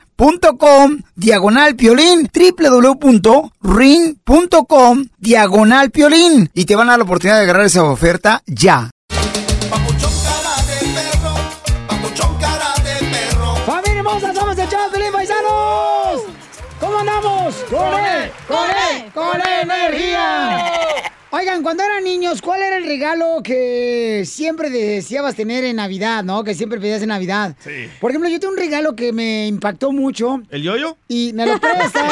S1: ring.com diagonal piolín www.ring.com diagonal piolín y te van a dar la oportunidad de agarrar esa oferta ya. ¡Familia hermosa! ¡Somos el Chavo Feliz Paisanos! ¿Cómo andamos?
S2: ¡Con E, con E, con E energía!
S1: Oigan, cuando eran niños, ¿cuál era el regalo que siempre deseabas tener en Navidad, no? Que siempre pedías en Navidad.
S3: Sí.
S1: Por ejemplo, yo tengo un regalo que me impactó mucho.
S3: ¿El yoyo?
S1: Y me lo prestas.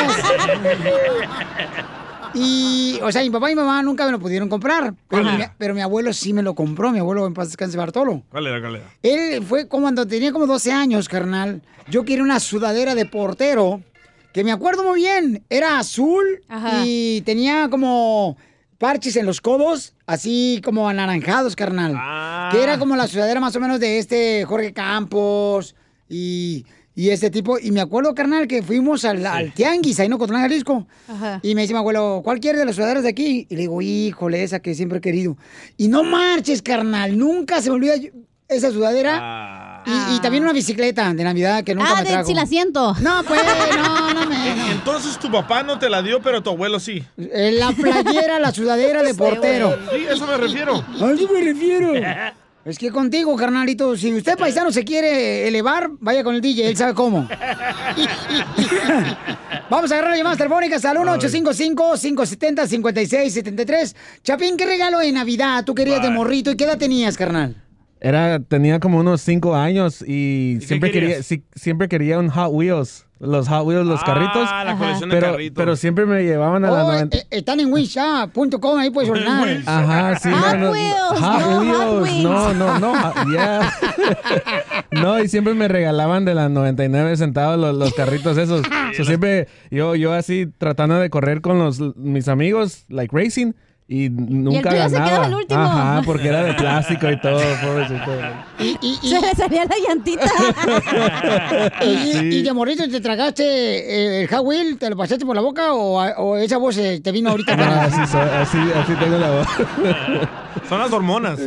S1: y, o sea, mi papá y mi mamá nunca me lo pudieron comprar. Pero,
S3: Ajá.
S1: mi, pero mi abuelo sí me lo compró. Mi abuelo en paz descanse Bartolo.
S3: ¿Cuál era, cuál era?
S1: Él fue como cuando tenía como 12 años, carnal. Yo quería una sudadera de portero, que me acuerdo muy bien. Era azul y tenía como parches en los codos, así como anaranjados, carnal. Que era como la sudadera más o menos de este Jorge Campos y, y este tipo. Y me acuerdo, carnal, que fuimos al, al Tianguis, ahí en Ocotlán, Jalisco.
S2: Ajá.
S1: Y me dice mi abuelo, ¿cuál quieres de las sudaderas de aquí? Y le digo, híjole, esa que siempre he querido. Y no marches, carnal, nunca se me olvida yo- esa sudadera. Y, y también una bicicleta de Navidad que nunca
S2: Ah,
S1: me
S2: de
S1: trajo.
S2: si la siento.
S1: No, pues, no, no me.
S3: Eh, Entonces tu papá no te la dio, pero tu abuelo sí.
S1: Eh, La playera, la sudadera de portero.
S3: Sí, eso me refiero.
S1: ¿A eso me refiero? Es que contigo, carnalito, si usted paisano se quiere elevar, vaya con el DJ, él sabe cómo. Vamos a agarrar las llamadas telefónicas al 1-855-570-5673. Chapín, ¿qué regalo de Navidad tú querías de morrito y qué edad tenías, carnal?
S19: Era, tenía como unos cinco años y, siempre quería,
S3: querías?
S19: sí, siempre quería un Hot Wheels. Los Hot Wheels, los
S3: Ah,
S19: carritos.
S3: la colección de
S19: pero,
S3: carritos.
S19: Pero siempre me llevaban a la
S1: Oh,
S19: noventa.
S1: eh, están en winshop.com, ahí puedes ordenar.
S19: Ajá, sí.
S1: Hot
S19: no, no, no.
S1: Wheels,
S19: Hot
S1: no Hot
S19: Wheels, No, no, no. ah, yeah. no, y siempre me regalaban de las 99 centavos los, los carritos esos. So, siempre yo, yo así tratando de correr con los, mis amigos, like racing, y nunca
S2: tuyo se
S19: ganaba.
S2: quedaba el último.
S19: Ajá, porque era de plástico y todo, pobrecito.
S2: Se le salía la llantita.
S1: ¿Y,
S19: Sí.
S1: y de morrito te tragaste eh, el Hot Wheel? ¿Te lo pasaste por la boca o, o esa voz eh, te vino ahorita?
S19: Ah, así, soy, así, así tengo la voz.
S3: Son las hormonas.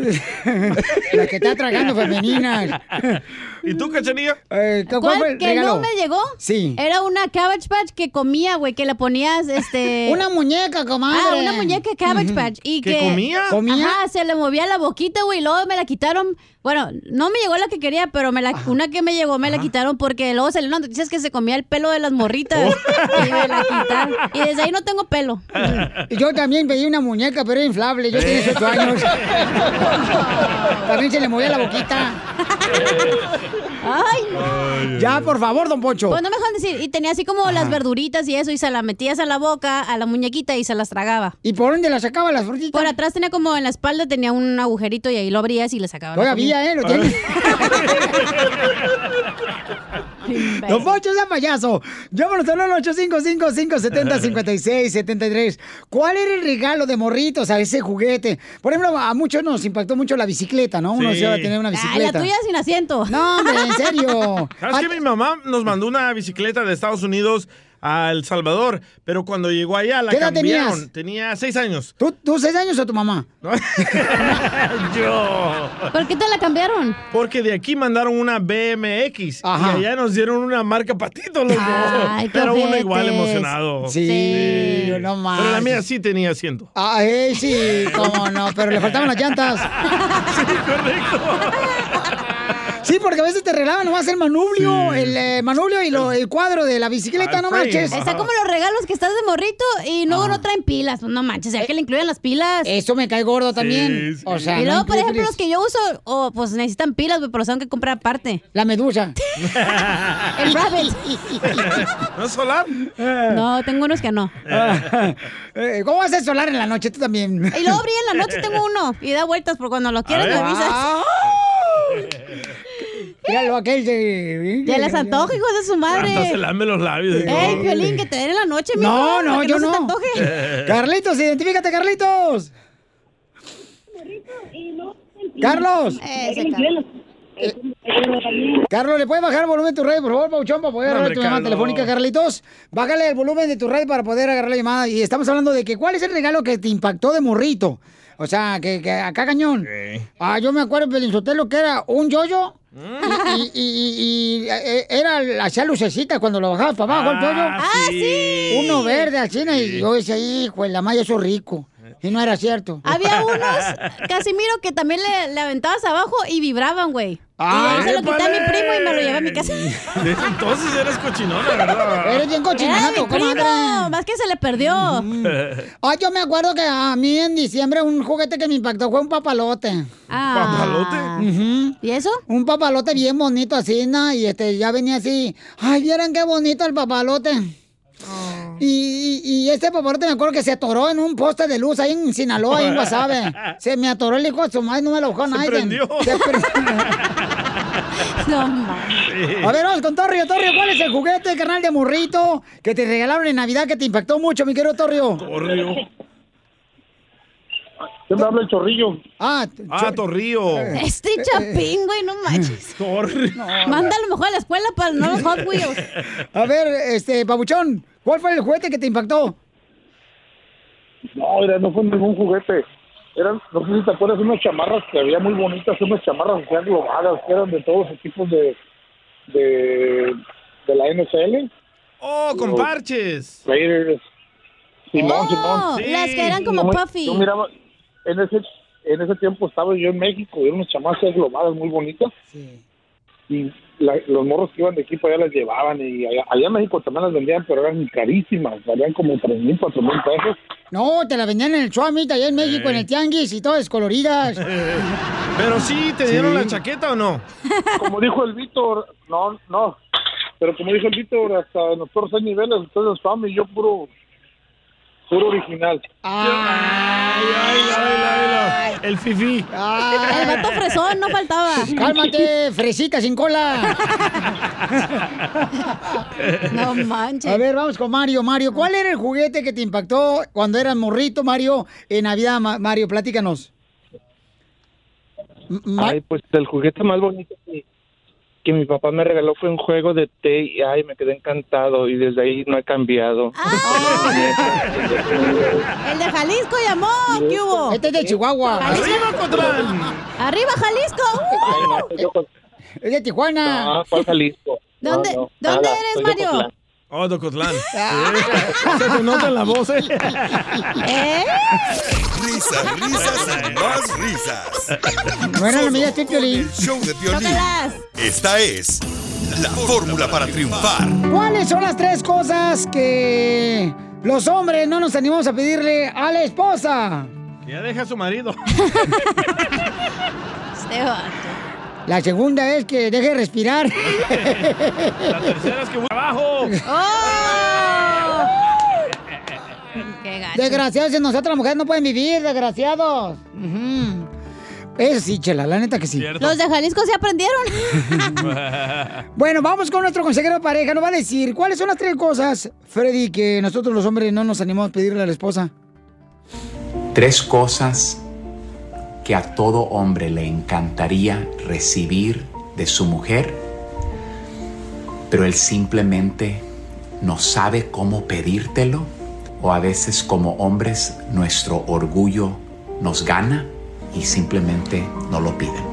S1: La que está tragando femenina.
S3: ¿Y tú, cachanilla?
S1: Eh,
S2: ¿Cuál que no me llegó?
S3: Sí.
S2: Era una Cabbage Patch que comía, güey, que le ponías este.
S1: Una muñeca, comadre.
S2: Ah, una muñeca Cabbage Patch. Y
S1: ¿Que
S2: que,
S1: comía? ¿Comía?
S2: Ajá, se le movía la boquita, güey. y Luego me la quitaron. Bueno, no me llegó la que quería, pero me la, una que me llegó me la quitaron porque luego salieron noticias que se comía el pelo de las morritas.
S1: Oh.
S2: Y me la quitaron. Y desde ahí no tengo pelo.
S1: Yo también pedí una muñeca, pero era inflable. Yo tenía 8 años. Dios. También se le movía la boquita.
S2: Ay,
S1: Ya, por favor, don Pocho.
S2: Pues no me dejan decir. Y tenía así como las verduritas y eso, y se las metías a la boca, a la muñequita y se las tragaba.
S1: ¿Y por dónde las sacaba las frutitas?
S2: Por atrás tenía como en la espalda tenía un agujerito y ahí lo abrías y le sacabas. la
S1: Todavía,
S2: comida.
S1: ¿eh? Lo tiene. Don Pocho es payaso. Llámanos al 855-570-5673. ¿Cuál era el regalo de morritos a ese juguete? Por ejemplo, a muchos nos impactó mucho la bicicleta, ¿no? Uno
S3: Sí.
S1: se va a tener una
S3: Ay, la
S1: bicicleta.
S3: tuya
S2: sin asiento.
S1: No, hombre, en serio.
S3: ¿Sabes que mi mamá nos mandó una bicicleta de Estados Unidos a El Salvador? Pero cuando llegó allá la
S1: ¿Qué edad
S3: cambiaron.
S1: tenías?
S3: Tenía seis años.
S1: ¿Tú, ¿Tú seis años o tu mamá?
S3: Yo.
S2: ¿Por qué te la cambiaron?
S3: Porque de aquí mandaron una BMX
S1: Ajá.
S3: y allá nos dieron una marca patito, loco.
S1: Ay, qué
S3: Pero uno
S1: ojetes.
S3: igual emocionado.
S1: Sí, no
S3: Pero la
S1: marches.
S3: mía sí tenía asiento.
S1: Ay, Ah, eh, sí, cómo no, pero le faltaban las llantas. Sí,
S3: correcto.
S1: Sí, porque a veces te regalaban nomás el manubrio,
S2: Sí. Ah,
S1: el eh, manubrio y lo- el cuadro de la bicicleta, no manches.
S2: Está como los regalos que estás de morrito y luego no traen pilas. No manches, ya que le incluyan las pilas.
S1: Eh, Eso me cae gordo también. O sea,
S2: y
S1: no
S2: luego, por
S1: incluye
S2: ejemplo,
S1: pilas.
S2: los que yo uso, oh, pues necesitan pilas, güey, pero los tengo que comprar aparte.
S1: La medusa.
S2: El rabbit.
S3: ¿No es solar?
S2: No, tengo unos que no.
S1: Ah, eh, ¿Cómo vas a solar en la noche tú también?
S2: Y luego abrí en la noche, tengo uno. Y da vueltas por cuando lo quieres,
S1: ver.
S2: me avisas.
S1: Míralo aquel de...
S2: Ya les antojo, hijos de su
S3: Hasta se
S2: madre.
S3: lame los labios.
S2: Ey,
S3: ¿no?
S2: Violín, que te den en la noche, mijo,
S1: No,
S2: para
S1: no,
S2: que
S1: yo
S2: se te
S1: no.
S2: antoje.
S1: Carlitos, identifícate, Carlitos. Carlos.
S2: Ese
S1: Carlos, ¿le puedes bajar el volumen de tu radio, por favor, Pauchón, para poder
S3: No,
S1: agarrar
S3: hombre,
S1: tu llamada
S3: Carlos.
S1: telefónica, Carlitos? Bájale el volumen de tu radio para poder agarrar la llamada. Y estamos hablando de que cuál es el regalo que te impactó de morrito. O sea, que, que acá cañón. Ah, yo me acuerdo, Pelinzotelo, que era un yoyo.
S3: Mm.
S1: Y, y- y- y, eh, era hacía lucecitas cuando lo bajabas para abajo el yoyo.
S2: Ah, sí.
S1: Uno verde al cine y yo decía, hijo, en la malla eso es rico. Y no era cierto.
S2: Había unos, Casimiro, que también le, le aventabas abajo y vibraban, güey.
S1: Ah,
S2: y yo se lo quité a mi
S1: épale.
S2: primo y me lo llevé a mi casa.
S3: Desde entonces eres cochinona, ¿verdad?
S1: Eres bien
S2: Era mi
S1: cochinato,
S2: primo, más que se le perdió.
S1: Ah, yo me acuerdo que a mí en diciembre un juguete que me impactó fue un papalote.
S2: ¿Papalote? Ah. ¿Y eso?
S1: Un papalote bien bonito así, ¿no? Y este, ya venía así. Ay, vieran qué bonito el papalote.
S2: Oh.
S1: Y, y, y este papalote me acuerdo que se atoró en un poste de luz ahí en Sinaloa, ahí en Guasave. Se me atoró el hijo de su madre, no me lo bajó nadie.
S3: prendió.
S1: Se prendió.
S3: Sí.
S1: A ver, vamos con Torrio, Torrio, ¿cuál es el juguete, carnal de morrito, que te regalaron en Navidad que te impactó mucho, mi querido Torrio?
S3: Torrio.
S9: Yo me hablo el chorrillo.
S1: Ah, Eh,
S3: Ah, Torrio.
S2: Este chapín, güey, no manches. Manda a lo mejor a la escuela para no los Hot Wheels.
S1: A ver, este, Pabuchón, ¿cuál fue el juguete que te impactó?
S9: No, mira, no fue ningún juguete. Eran, no sé si te acuerdas, unas chamarras que había muy bonitas, unas chamarras que eran globadas, que eran de todos los equipos de, de, de la NFL.
S3: Oh, con parches.
S9: Raiders. Simón, Simón.
S2: Oh, las que eran como
S9: Yo me-
S2: puffy.
S9: Yo miraba, en ese, en ese tiempo estaba yo en México, y eran unas chamarras globadas muy bonitas. Y la- los morros que iban de equipo allá las llevaban, y allá, allá en México también las vendían, pero eran carísimas, valían como tres mil, cuatro mil pesos.
S1: No, te la vendían en el Chuamita, allá en México, en el Tianguis y todas coloridas.
S3: Pero sí, ¿te dieron
S9: Sí.
S3: la chaqueta o no?
S9: como dijo el Víctor, no, no, pero como dijo el Víctor, hasta en los toros hay niveles, ustedes fama y yo puro, puro original.
S3: Ay, ay, ay, ay, ay, El fifi.
S2: El vato fresón no faltaba.
S1: Ah. Cálmate, fresita sin cola.
S2: No manches.
S1: A ver, vamos con Mario. Mario, ¿cuál era el juguete que te impactó cuando eras morrito, Mario, en Navidad? Ma- Mario, platícanos.
S20: Ay, pues el juguete más bonito que, que mi papá me regaló fue un juego de té y ay, me quedé encantado y desde ahí no he cambiado.
S2: El de Jalisco llamó. ¿Qué hubo?
S1: Este es de Chihuahua.
S2: Arriba, Arriba, Jalisco. ¡Uh!
S1: Es de Tijuana.
S20: Ah, ¿cuál Jalisco?
S2: ¿Dónde-
S20: No, no,
S2: dónde
S20: nada,
S2: eres,
S20: soy de
S2: Mario?
S20: Ocotlán.
S3: Oh, Docotlán. Se te nota en la voz, ¿eh?
S2: ¿Eh?
S5: Risas, risas y más risas.
S1: Bueno, no me digas que Piolín.
S5: Show de violín. Esta es la fórmula para triunfar.
S1: ¿Cuáles son las tres cosas que los hombres no nos animamos a pedirle a la esposa?
S3: Que ya deja a su marido.
S2: Este vato.
S1: La segunda es que deje de respirar.
S3: La tercera es que abajo.
S2: Oh. Qué gacho.
S1: Desgraciados, sin nosotros las mujeres no pueden vivir, desgraciados. Eso sí, chela, la neta que sí.
S2: Los de Jalisco se aprendieron.
S1: Bueno, vamos con nuestro consejero de pareja. Nos va a decir cuáles son las tres cosas, Freddy, que nosotros los hombres no nos animamos a pedirle a la esposa.
S7: Tres cosas que a todo hombre le encantaría recibir de su mujer, pero él simplemente no sabe cómo pedírtelo o a veces como hombres nuestro orgullo nos gana y simplemente no lo piden.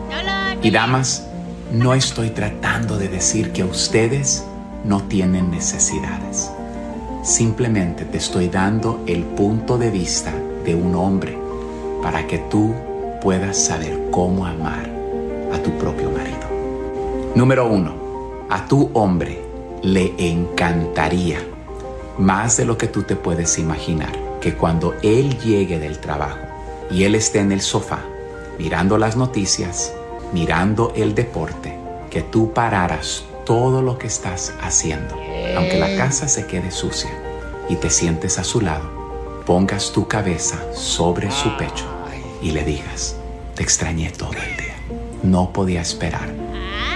S7: Y damas, no estoy tratando de decir que ustedes no tienen necesidades. Simplemente te estoy dando el punto de vista de un hombre para que tú puedas saber cómo amar a tu propio marido. Número uno, a tu hombre le encantaría más de lo que tú te puedes imaginar que cuando él llegue del trabajo y él esté en el sofá mirando las noticias, mirando el deporte, que tú pararas todo lo que estás haciendo, aunque la casa se quede sucia y te sientes a su lado, pongas tu cabeza sobre su pecho y le digas, te extrañé todo el día, no podía esperar.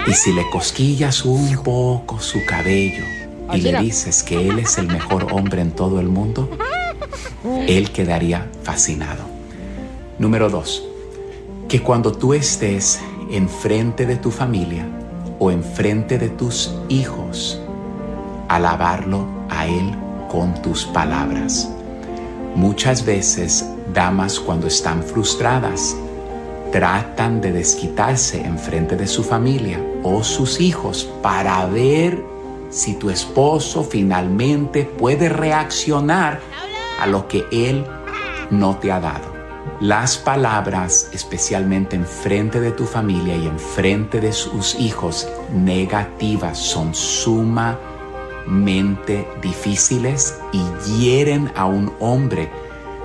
S7: Y si le cosquillas un poco su cabello y le dices que él es el mejor hombre en todo el mundo, él quedaría fascinado. Número dos, que cuando tú estés enfrente de tu familia o enfrente de tus hijos, alabarlo a él con tus palabras. Muchas veces damas cuando están frustradas tratan de desquitarse enfrente de su familia o sus hijos para ver si tu esposo finalmente puede reaccionar a lo que él no te ha dado. Las palabras, especialmente en frente de tu familia y en frente de sus hijos, negativas son sumamente difíciles y hieren a un hombre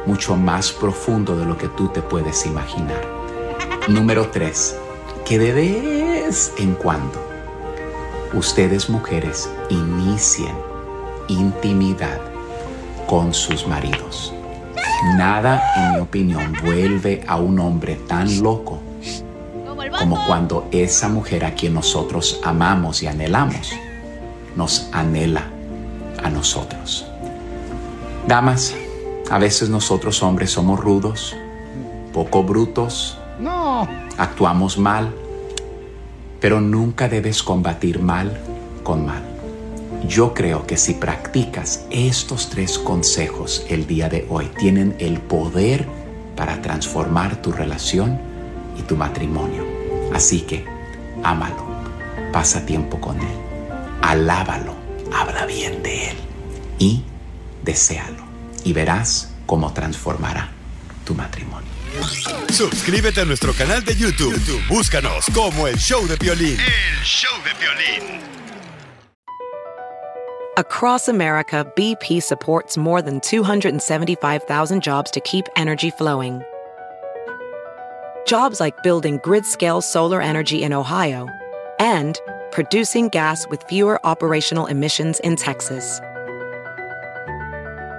S7: mucho más profundo de lo que tú te puedes imaginar. Número 3. Que de vez en cuando ustedes mujeres inicien intimidad con sus maridos. Nada, en mi opinión, vuelve a un hombre tan loco como cuando esa mujer a quien nosotros amamos y anhelamos nos anhela a nosotros. Damas, a veces nosotros hombres somos rudos, poco brutos,
S1: No.
S7: actuamos mal, pero nunca debes combatir mal con mal. Yo creo que si practicas estos tres consejos el día de hoy, tienen el poder para transformar tu relación y tu matrimonio. Así que, ámalo, pasa tiempo con él, alábalo, habla bien de él y deséalo. Y verás cómo transformará tu matrimonio.
S5: Suscríbete a nuestro canal de YouTube. YouTube, Búscanos como el show de violín. El show de violín.
S14: Across America, BP supports more than 275,000 jobs to keep energy flowing. Jobs like building grid scale solar energy in Ohio and producing gas with fewer operational emissions in Texas.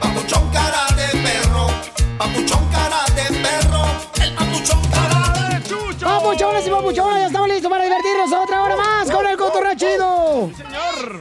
S4: Papuchón cara de perro, papuchón cara de perro, el papuchón cara de chucho.
S1: Papuchones y papuchones, ya estamos listos para divertirnos otra hora más con el cotorreo chido.
S3: Señor.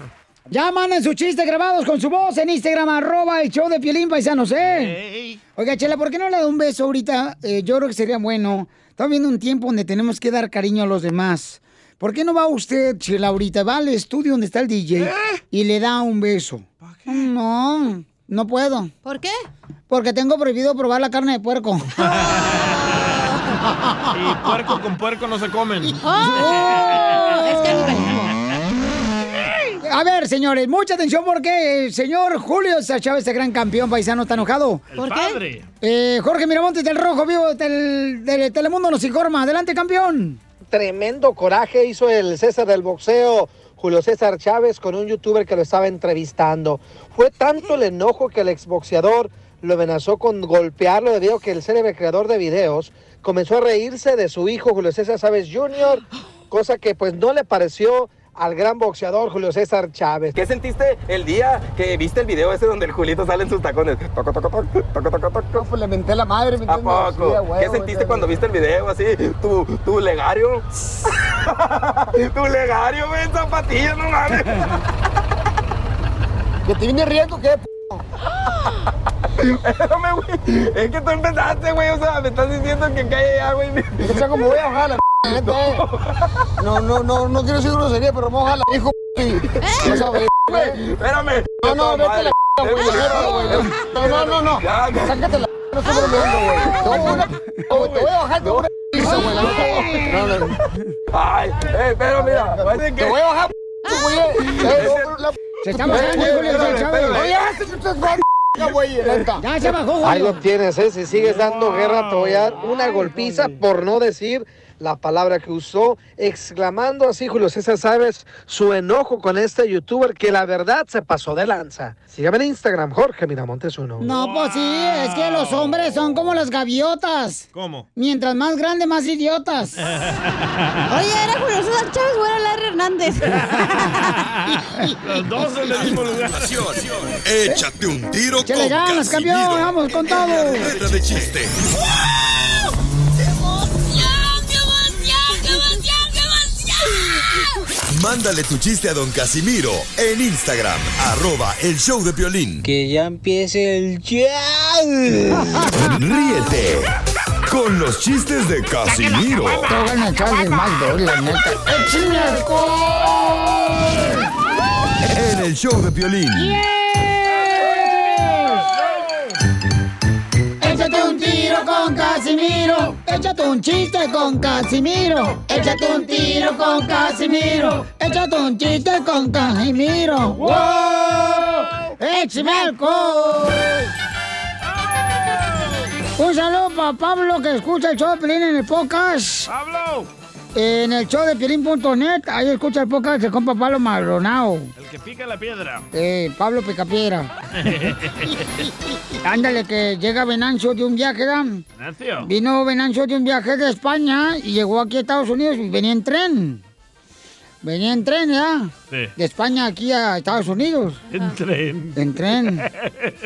S1: Ya manden sus chistes grabados con su voz en Instagram, arroba el show de Piolín Paisanos, ¿eh? Oiga, Chela, ¿por qué no le da un beso ahorita? Eh, yo creo que sería bueno. Estamos viendo un tiempo donde tenemos que dar cariño a los demás. ¿Por qué no va usted, Chela, ahorita? Va al estudio donde está el DJ y le da un beso. No, no puedo.
S2: ¿Por qué?
S1: Porque tengo prohibido probar la carne de puerco.
S3: Y puerco con puerco no se comen.
S2: Oh,
S1: A ver, señores, mucha atención porque el señor Julio César Chávez, el gran campeón paisano, está enojado.
S3: El ¿Por qué? padre.
S1: Eh, Jorge Miramontes del Rojo Vivo del, del Telemundo nos informa. Adelante, campeón.
S6: Tremendo coraje hizo el César del boxeo. Julio César Chávez con un youtuber que lo estaba entrevistando. Fue tanto el enojo que el exboxeador lo amenazó con golpearlo debido a que el célebre creador de videos comenzó a reírse de su hijo Julio César Chávez Jr., cosa que pues no le pareció al gran boxeador Julio César Chávez.
S10: ¿Qué sentiste el día que viste el video ese donde el Julito sale en sus tacones? Toco, toco, toco, toco, toco, toco.
S6: Pues le menté la madre, ¿me
S10: ¿A
S6: entiendes? Sí,
S10: poco?
S6: a huevo,
S10: ¿Qué sentiste cuando viste el video así? ¿Tu, tu legario? ¿Tu legario, güey? Zapatillas, no mames.
S6: ¿Que te viene riendo qué, p-?
S10: Espérame, güey. Es que tú empezaste, güey. O sea, me estás diciendo que calle ya, güey.
S6: O sea, como voy a bajar la p- gente, eh. No, no, no, no quiero decir grosería, pero vamos a la hijo. p-. O sea, güey, güey.
S10: Espérame.
S6: eh. No, no, vete a la p- güey, culero, güey. No, no, no, no. Sácate la p- no estoy bromeando, güey. Te voy a- güey, Te voy a bajar de una pizza, güey. la neta. No, no, no.
S10: Ay, eh, pero mira.
S6: Te voy a bajar, güey. Eh, no, la p-
S1: Ah. Se está bajando,
S6: Eh,
S1: Julio
S6: espérame,
S1: Chávez.
S6: espérame. Oye, hazte que estás gordo, güey, neta.
S1: Ya se bajó, Julio.
S6: Ahí lo tienes, ¿eh? Si sigues dando guerra, te voy a dar una golpiza por no decir la palabra que usó, exclamando así, Julio César Sabes, su enojo con este youtuber que la verdad se pasó de lanza. Sígame en Instagram, Jorge Miramontes uno.
S1: No, pues sí, es que los hombres son como las gaviotas.
S3: ¿Cómo?
S1: Mientras más grande, más idiotas.
S2: Oye, era Julio César Chávez o era Larry Hernández.
S3: Los dos en el mismo lugar.
S5: Échate un tiro
S1: ¡Que le
S5: con
S1: ganas, campeón! ¡Vamos con todo!
S5: Ruleta de chiste. Mándale tu chiste a don Casimiro en Instagram, arroba el show de violín.
S13: Que ya empiece el ya.
S5: Ríete con los chistes de Casimiro
S13: van a echar desmadre, la neta.
S1: ¡Échame
S5: en el show de violín.
S1: Échate un tiro con Casimiro. Échate un chiste con Casimiro. Échate un tiro con Casimiro. Échate un chiste con Casimiro. ¡Wow! ¡Échame alcohol! Un saludo para Pablo que escucha el show de Pelín en el podcast. ¡Pablo! En el show de Pelín.net, ahí escucha el podcast de compa Pablo Maldonado.
S3: El que pica la piedra.
S1: Eh, Pablo Picapiedra. Ándale, que llega Venancio de un viaje, ¿da?
S3: Ignacio.
S1: Vino Venancio de un viaje de España y llegó aquí a Estados Unidos y venía en tren. Venía en tren, ¿ya?
S3: Sí.
S1: De España aquí a Estados Unidos.
S3: En tren.
S1: En tren.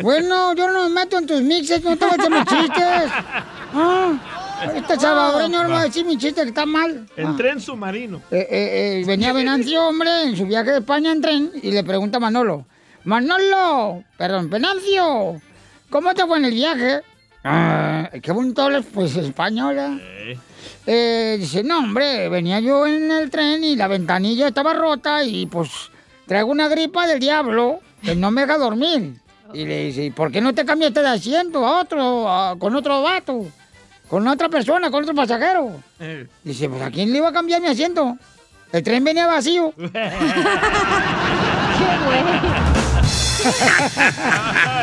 S1: Bueno, yo no me meto en tus mixes, no te voy a hacer mis chistes. Ah, este salvadoreño no me va a decir mi chiste que está mal.
S3: En
S1: Ah.
S3: tren submarino.
S1: Eh, eh, eh, venía Venancio, hombre, en su viaje de España en tren y le pregunta a Manolo. Manolo, perdón, Venancio, ¿cómo te fue en el viaje? Ah, qué bonito hablas, pues, española. Eh, dice, no, hombre, venía yo en el tren y la ventanilla estaba rota y pues traigo una gripa del diablo que no me deja dormir. Y le dice, "¿Y ¿por qué no te cambiaste de asiento a otro, a- con otro vato? Con otra persona, con otro pasajero. Dice, pues ¿a quién le iba a cambiar mi asiento? El tren venía vacío.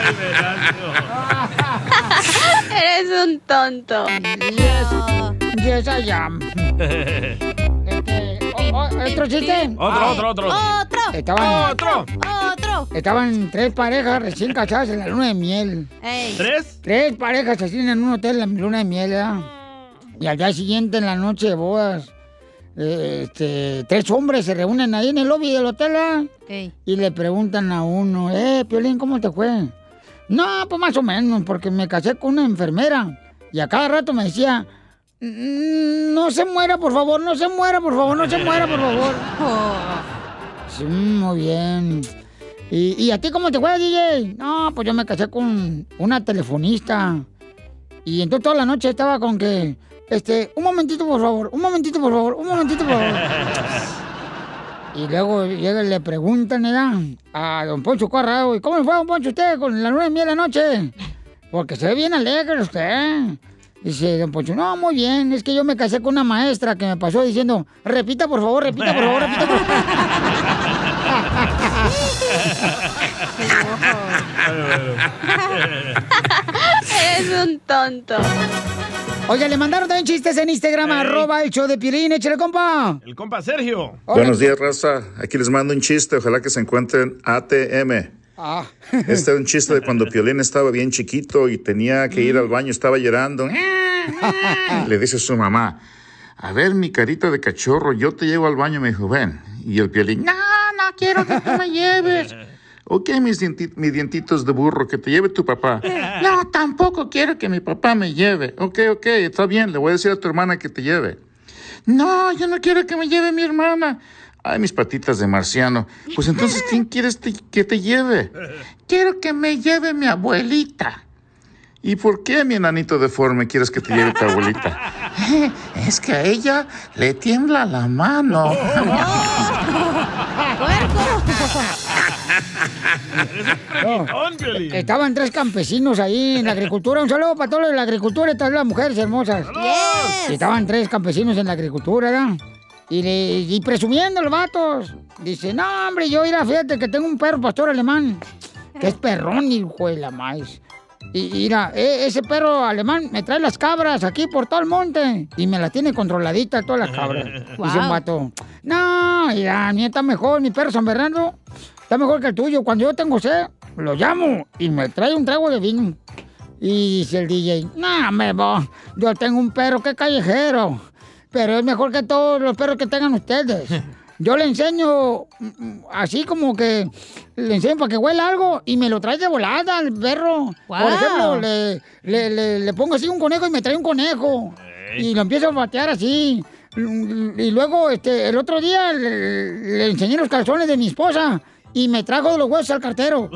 S11: Eres un tonto.
S1: Yes, I am. O-
S2: oh.
S1: o- ¿Otro chiste?
S3: Otro, otro, otro.
S1: Otro. Estaban, otro. Otro. Estaban tres parejas recién casadas en la luna de miel.
S2: Ey.
S3: ¿Tres?
S1: Tres parejas así en un hotel en la luna de miel, ¿verdad? Y al día siguiente, en la noche de bodas, eh, este, tres hombres se reúnen ahí en el lobby del hotel, ¿verdad?
S2: Ey.
S1: Y le preguntan a uno, eh, Piolín, ¿cómo te fue? No, pues más o menos, porque me casé con una enfermera. Y a cada rato me decía, "Mm, no se muera, por favor, no se muera, por favor, no se muera, por favor. Sí, muy bien. ¿Y, y a ti cómo te fue, DJ? No, pues yo me casé con una telefonista. Y entonces toda la noche estaba con que, este, un momentito por favor, un momentito por favor, un momentito por favor. Y luego llega y le preguntan, ¿verdad? A don Poncho Corrado, ¿y cómo le fue, don Poncho, usted con la luna de miel anoche? Porque se ve bien alegre usted. Dice don Poncho, no, muy bien, es que yo me casé con una maestra que me pasó diciendo, repita por favor, repita por favor, repita por favor.
S11: Es un tonto.
S1: Oye, le mandaron también chistes en Instagram, arroba el show de Piolín, échale compa.
S3: El compa Sergio.
S8: Buenos días, raza. Aquí les mando un chiste. Ojalá que se encuentren ATM.
S1: Ah.
S8: Este era un chiste de cuando Piolín estaba bien chiquito y tenía que ir al baño, estaba llorando. Le dice su mamá, a ver, mi carita de cachorro, yo te llevo al baño. Me dijo, ven. Y el Piolín, no, no quiero que tú me lleves. Ok, mis, dienti- mis dientitos de burro, que te lleve tu papá. No, tampoco quiero que mi papá me lleve. Ok, ok, está bien, le voy a decir a tu hermana que te lleve. No, yo no quiero que me lleve mi hermana. Ay, mis patitas de marciano. Pues entonces, ¿quién quieres te- que te lleve? Quiero que me lleve mi abuelita. ¿Y por qué, mi enanito deforme, quieres que te lleve tu abuelita? Es que a ella le tiembla la mano.
S6: Ah,
S1: Eh, Estaban tres campesinos ahí en la agricultura. Un saludo para todos los de la agricultura y todas las mujeres hermosas. Y Estaban tres campesinos en la agricultura, ¿verdad? Y, le- y presumiendo los vatos. Dice, no, hombre, yo irá, fíjate que tengo un perro pastor alemán. Que es perrón, hijo de la maíz. Y mira, e- ese perro alemán me trae las cabras aquí por todo el monte. Y me las tiene controladitas todas las cabras. Dice un
S13: Wow.
S1: vato, no, mira, mi está mejor, mi perro San Bernardo está mejor que el tuyo. Cuando yo tengo sed, lo llamo y me trae un trago de vino. Y dice el DJ, no, me voy, yo tengo un perro que es callejero, pero es mejor que todos los perros que tengan ustedes. Yo le enseño mm, mm, así como que le enseño para que huela algo y me lo trae de volada al perro. Por
S13: Guau.
S1: ejemplo, le, le- le- le pongo así un conejo y me trae un conejo. Y lo empiezo a batear así. Y luego, este, el otro día le, le enseñé los calzones de mi esposa y me trajo de los huesos al cartero.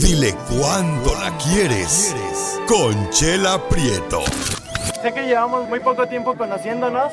S5: Dile cuándo la quieres. Conchela Prieto.
S12: Sé que llevamos muy poco tiempo conociéndonos.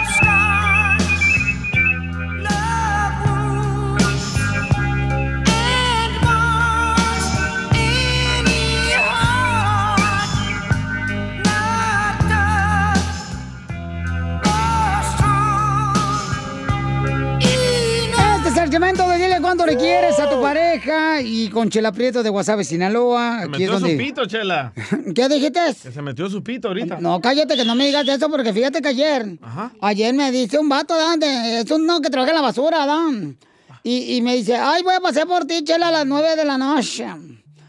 S1: Este es el segmento de Dile cuánto le quieres a
S3: Oh.
S1: tu pareja y con Chela Prieto de Guasave, Sinaloa.
S3: Se
S1: Aquí es
S3: metió su
S1: donde...
S3: pito, Chela.
S1: ¿Qué dijiste?
S3: Que se metió su pito ahorita.
S1: No, cállate, que no me digas eso, porque fíjate que ayer, ayer me dice un vato, Dan, de- es un no que trabaja en la basura, Dan. Y, y me dice, ay, voy a pasar por ti, chela, a las nueve de la noche,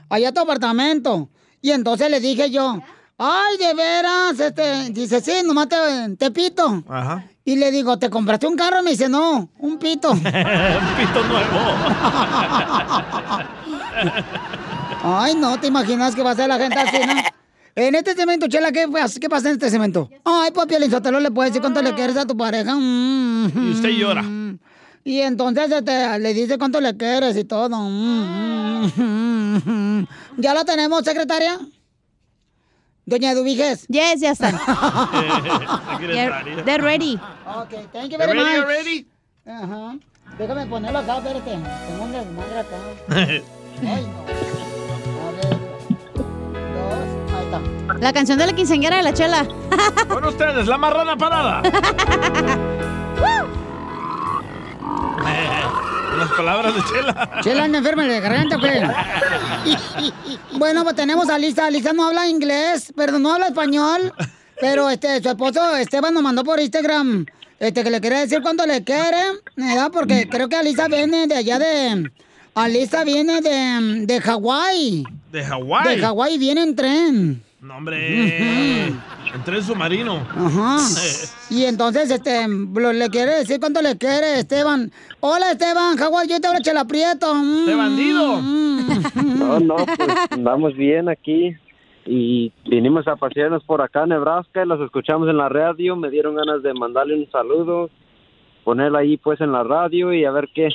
S1: allá a tu apartamento. Y entonces le dije yo, ay, de veras, este, dice, sí, nomás te, te pito.
S3: Ajá.
S1: Y le digo, ¿te compraste un carro? Me dice, no, un pito.
S3: Un pito
S1: Ay, no, ¿te imaginas que va a ser la gente así, no? En este cemento, Chela, ¿qué, pas- qué pasa en este cemento? Ay, papi, el insotelo le puedes decir cuánto le quieres a tu pareja. Mm,
S3: Y usted llora.
S1: Y entonces este, le dice cuánto le quieres y todo. Mm, mm, mm, mm. ¿Ya la tenemos, secretaria? Doña Dubiges.
S2: Yes, ya está.
S3: nuevo.
S2: They're ready.
S1: Ok, thank you
S2: They're
S1: very
S2: ready
S1: much.
S2: already?
S1: Ajá. Déjame ponerlo acá, espérate. Tengo un desmadre acá. Ay, no. A ver. Dos. Ahí está.
S2: La canción de la quinceañera de la chela.
S3: Con ustedes, la marrana parada. Eh, Las palabras de Chela.
S1: Chela anda enferma de garganta, pues. Bueno, pues tenemos a Lisa. Lisa no habla inglés, perdón, no habla español. Pero este, su esposo Esteban nos mandó por Instagram este, que le quería decir cuánto le quiere, ¿verdad? Porque creo que Alisa viene de allá de... Alisa viene de, de Hawái.
S3: De Hawái.
S1: De Hawái viene en tren.
S3: No, hombre. En tren submarino. Eh,
S1: Ajá. Y entonces, este, lo- le quiere decir cuánto le quiere, Esteban. Hola, Esteban, Jaguar, yo te abro chela prieto. Mm. ¡De bandido!
S17: No, no, pues andamos bien aquí y vinimos a pasearnos por acá en Nebraska, los escuchamos en la radio, me dieron ganas de mandarle un saludo, ponerla ahí pues en la radio y a ver qué,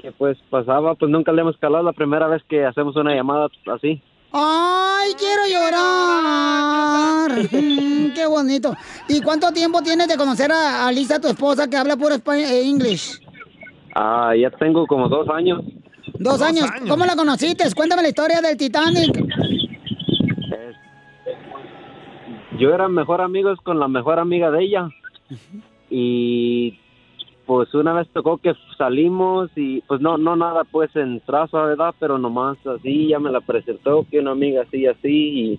S17: qué pues pasaba, pues nunca le hemos calado la primera vez que hacemos una llamada así.
S1: ¡Ay, quiero llorar! Mm, ¡Qué bonito! ¿Y cuánto tiempo tienes de conocer a, a Lisa, tu esposa, que habla puro espa- eh, English?
S17: Ah, ya tengo como dos años.
S1: Dos, años. ¿Cómo la conociste? Cuéntame la historia del Titanic.
S17: Yo era mejor amigos con la mejor amiga de ella. Y pues una vez tocó que salimos y pues no, no nada pues en traza, ¿verdad? Pero nomás así ya me la presentó que una amiga así, así y,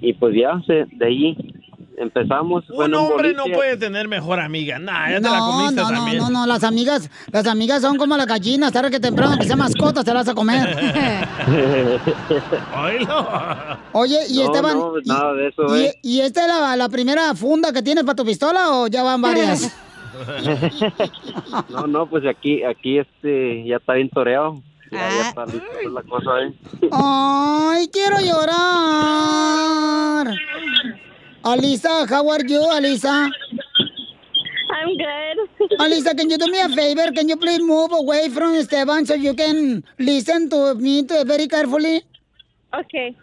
S17: y pues ya se- de ahí empezamos. fue
S3: Un
S17: en
S3: hombre no
S17: boliche.
S3: puede tener mejor amiga. Nah, ya te la
S1: No,
S3: comiste
S1: no, no,
S3: también.
S1: no, no, las amigas, las amigas son como las gallinas, tarde que temprano que sea mascota te las vas a comer. Oye, y
S17: No,
S1: Esteban,
S17: no, nada de eso,
S1: ¿y,
S17: eh.
S1: y esta es la, la primera funda que tienes para tu pistola o ya van varias?
S17: No, no, pues aquí, aquí este ya está bien toreado. Ya,
S3: Ah,
S17: ya está lista pues, la cosa, ¿eh?
S1: Ay, quiero llorar. Alisa, how are you, Alisa? I'm good. Alisa, can you do me a favor? Can you please move away from Esteban so you can listen to me to- very carefully? Okay.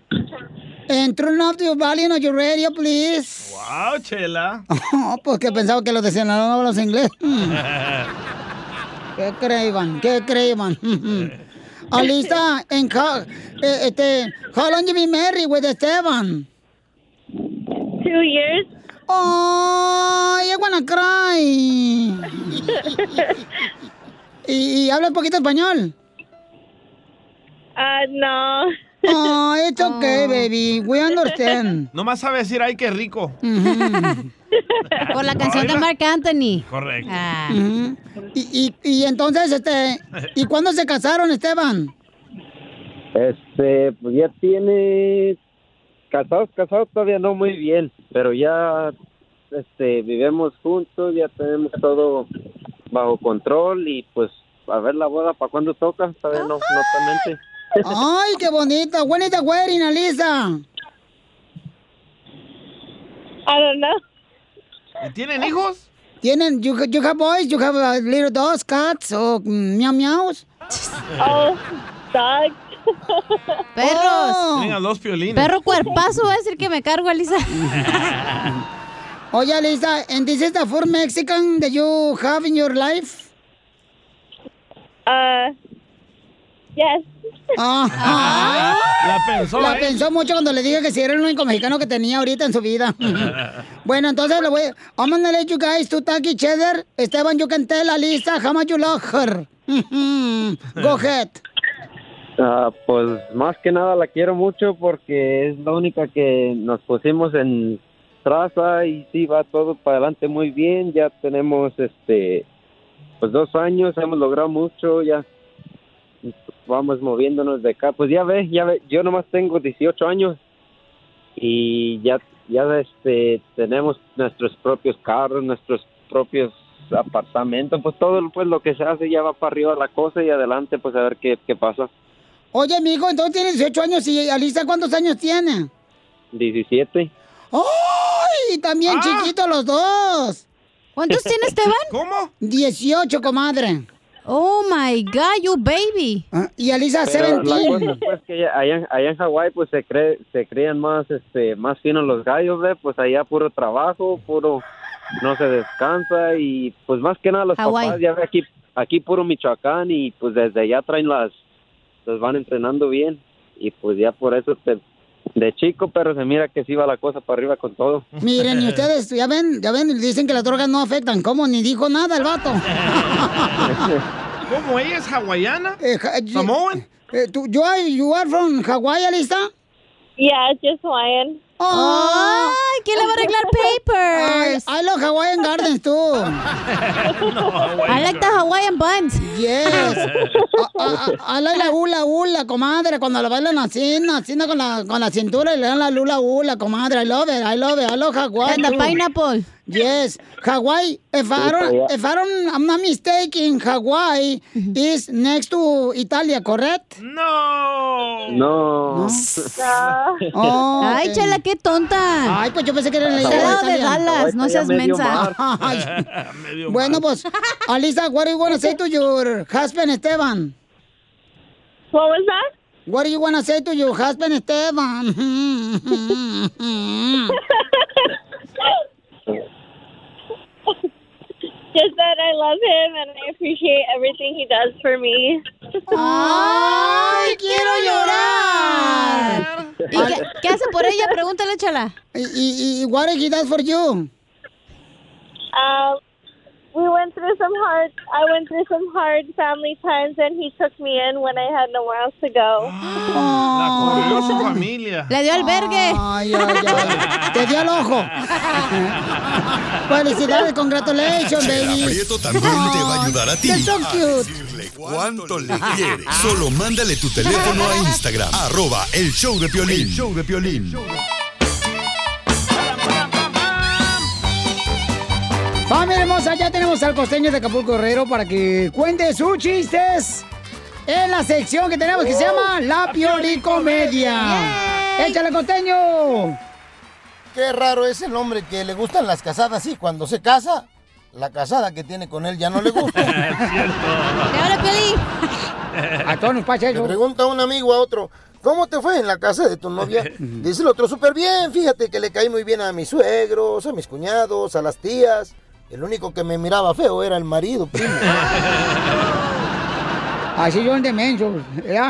S1: And turn off the volume of your radio, please.
S3: Wow, chela.
S1: Oh, porque pensaba que los de Sinaloa no hablan inglés. Mm. ¿Qué creían? ¿Qué creían? Alisa, en how, eh, este, how long you been married with Esteban? Two years. Oh, I wanna cry. ¿Y, y habla un poquito español? Ah, no. Oh, it's okay, baby. We understand.
S3: Nomás sabe decir, ay, qué rico.
S2: Por la canción de Marc Anthony.
S3: Correcto.
S2: Ah.
S1: Ujú. y, y, y entonces, este, ¿y cuándo se casaron, Esteban?
S17: Este, pues ya tiene casados, casados todavía no muy bien, pero ya este vivimos juntos, ya tenemos todo bajo control y pues a ver la boda para cuando toca, todavía no, no totalmente.
S1: Ay, qué bonita. When is the wedding, Alisa? I don't know.
S3: ¿Tienen hijos?
S1: ¿Tienen? You, you have boys? You have uh, little dogs, cats, or mm, meow meows? Oh, dogs.
S3: Tienen a dos piolines.
S2: Perro cuerpazo va a decir que me cargo, Elisa.
S1: Oye, Alisa, Oh, and this is the food Mexican that you have in your life? Uh, yes.
S3: La pensó,
S1: Ah. La
S3: ¿eh?
S1: pensó mucho cuando le dije que si era el único mexicano que tenía ahorita en su vida. bueno, entonces le voy. I'm gonna let you guys to Taki Cheddar. Esteban, you can tell Alisa how much you love her. Go ahead.
S17: Ah, pues más que nada la quiero mucho porque es la única que nos pusimos en traza y sí va todo para adelante muy bien, ya tenemos este pues dos años, hemos logrado mucho, ya vamos moviéndonos de acá, pues ya ves, ya ve, yo nomás tengo 18 años y ya ya este tenemos nuestros propios carros, nuestros propios apartamentos, pues todo pues lo que se hace ya va para arriba la cosa y adelante pues a ver qué, qué pasa.
S1: Oye, amigo, entonces tienes 18 años y Alisa, ¿cuántos años tiene?
S17: 17.
S1: ¡Ay! También chiquitos los dos.
S2: ¿Cuántos tiene Esteban?
S3: ¿Cómo?
S1: 18, comadre. Ah,
S2: Oh my God, you baby.
S1: Y Alisa,
S17: Pero la cosa pues que ya- allá, en- allá en Hawái pues se cree, se crían más este más finos los gallos, ¿ve? pues allá puro trabajo, puro no se descansa y pues más que nada los
S2: Hawái.
S17: papás ya ve aquí aquí puro Michoacán y pues desde allá traen las los van entrenando bien y pues ya por eso te- de chico pero se mira que sí va la cosa para arriba con todo.
S1: Miren, y ustedes, ya ven, ya ven, dicen que las drogas no afectan. ¿Cómo? Ni dijo nada el vato.
S3: ¿Cómo ella es hawaiana?
S1: Eh, ja- eh, tú- you, are, you are from Hawaii, Alisa? Yeah, just Hawaiian.
S6: Oh.
S2: Ay, ¿Quién le va a arreglar
S1: Ah.
S2: papers?
S1: I, I love Hawaiian Gardens, tú.
S2: I like the Hawaiian buns.
S1: Yes. I, I like la hula hula, comadre, cuando lo bailan así, así con la, con la cintura y le dan la hula hula, comadre. I love it, I love it, I love Hawaii.
S2: And the
S1: too.
S2: pineapple.
S1: Yes, Hawaii. If I don't, if I don't, I'm not mistaken, Hawaii
S2: Mm-hmm.
S1: is next to Italia, correct?
S3: No.
S17: No.
S1: Oh,
S2: Ay,
S1: ok.
S2: chala, qué tonta.
S1: Ay, pues yo pensé que era en la
S2: Está
S1: isla
S2: al lado de
S1: Italia.
S2: Dallas,
S1: este
S2: no seas mensa.
S1: Ay, Bueno, pues, Alisa, what do you want to say to your husband, Esteban? What was that? What do you want to say to your husband, Esteban?
S18: Just that I love him and I appreciate everything he does for me.
S1: ¡Ay, quiero llorar!
S2: ¿Y qué, qué hace por ella? Pregúntale, chala.
S1: ¿Y, y, y what did he does for you?
S18: Um, we went through some hard. I went through some hard family times, and he took me in when I had nowhere else to go.
S3: Corrió su familia.
S2: Le dio albergue.
S1: Ay, ay, ay. Te dio el ojo. Felicidades, congratulations,
S5: El
S1: baby.
S5: aprieto también te va a ayudar a ti.
S1: They're so cute.
S5: ¿Cuánto le quieres? Solo mándale tu teléfono a Instagram. Arroba el show de Piolín. El show de Piolín.
S1: Familia hermosa, ya tenemos al costeño de Acapulco Herrero para que cuente sus chistes en la sección que tenemos que se llama La Piolicomedia. ¡Échale, costeño!
S15: Qué raro es el hombre que le gustan las casadas y cuando se casa, la casada que tiene con él ya no le gusta.
S1: A todos nos pasa eso.
S15: Le pregunta un amigo a otro, ¿cómo te fue en la casa de tu novia? Dice el otro, súper bien, fíjate que le caí muy bien a mis suegros, a mis cuñados, a las tías. El único que me miraba feo era el marido, primo.
S1: Así yo en demenso.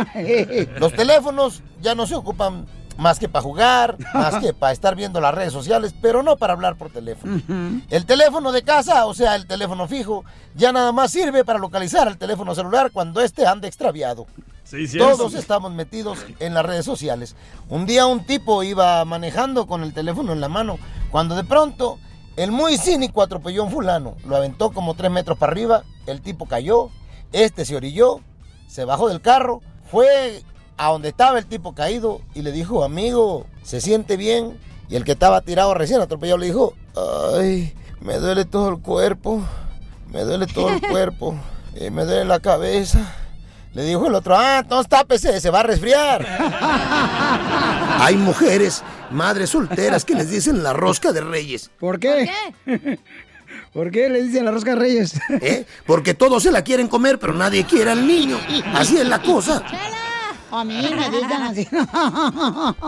S15: Los teléfonos ya no se ocupan más que para jugar, más que para estar viendo las redes sociales, pero no para hablar por teléfono. El teléfono de casa, o sea, el teléfono fijo, ya nada más sirve para localizar el teléfono celular cuando éste anda extraviado.
S3: Sí, cierto.
S15: Todos estamos metidos en las redes sociales. Un día un tipo iba manejando con el teléfono en la mano, cuando de pronto el muy cínico atropelló a un fulano. Lo aventó como tres metros para arriba, el tipo cayó, este se orilló, se bajó del carro, fue a donde estaba el tipo caído y le dijo, amigo, ¿se siente bien? Y el que estaba tirado recién atropellado le dijo, ay, me duele todo el cuerpo, me duele todo el cuerpo, y me duele la cabeza. Le dijo el otro, ah, entonces tápese, se va a resfriar. Hay mujeres, madres solteras, que les dicen la rosca de reyes.
S1: ¿Por qué? ¿Por qué le dicen la rosca de reyes?
S15: ¿Eh? Porque todos se la quieren comer, pero nadie quiere al niño. Así es la cosa.
S1: A mí me dicen así.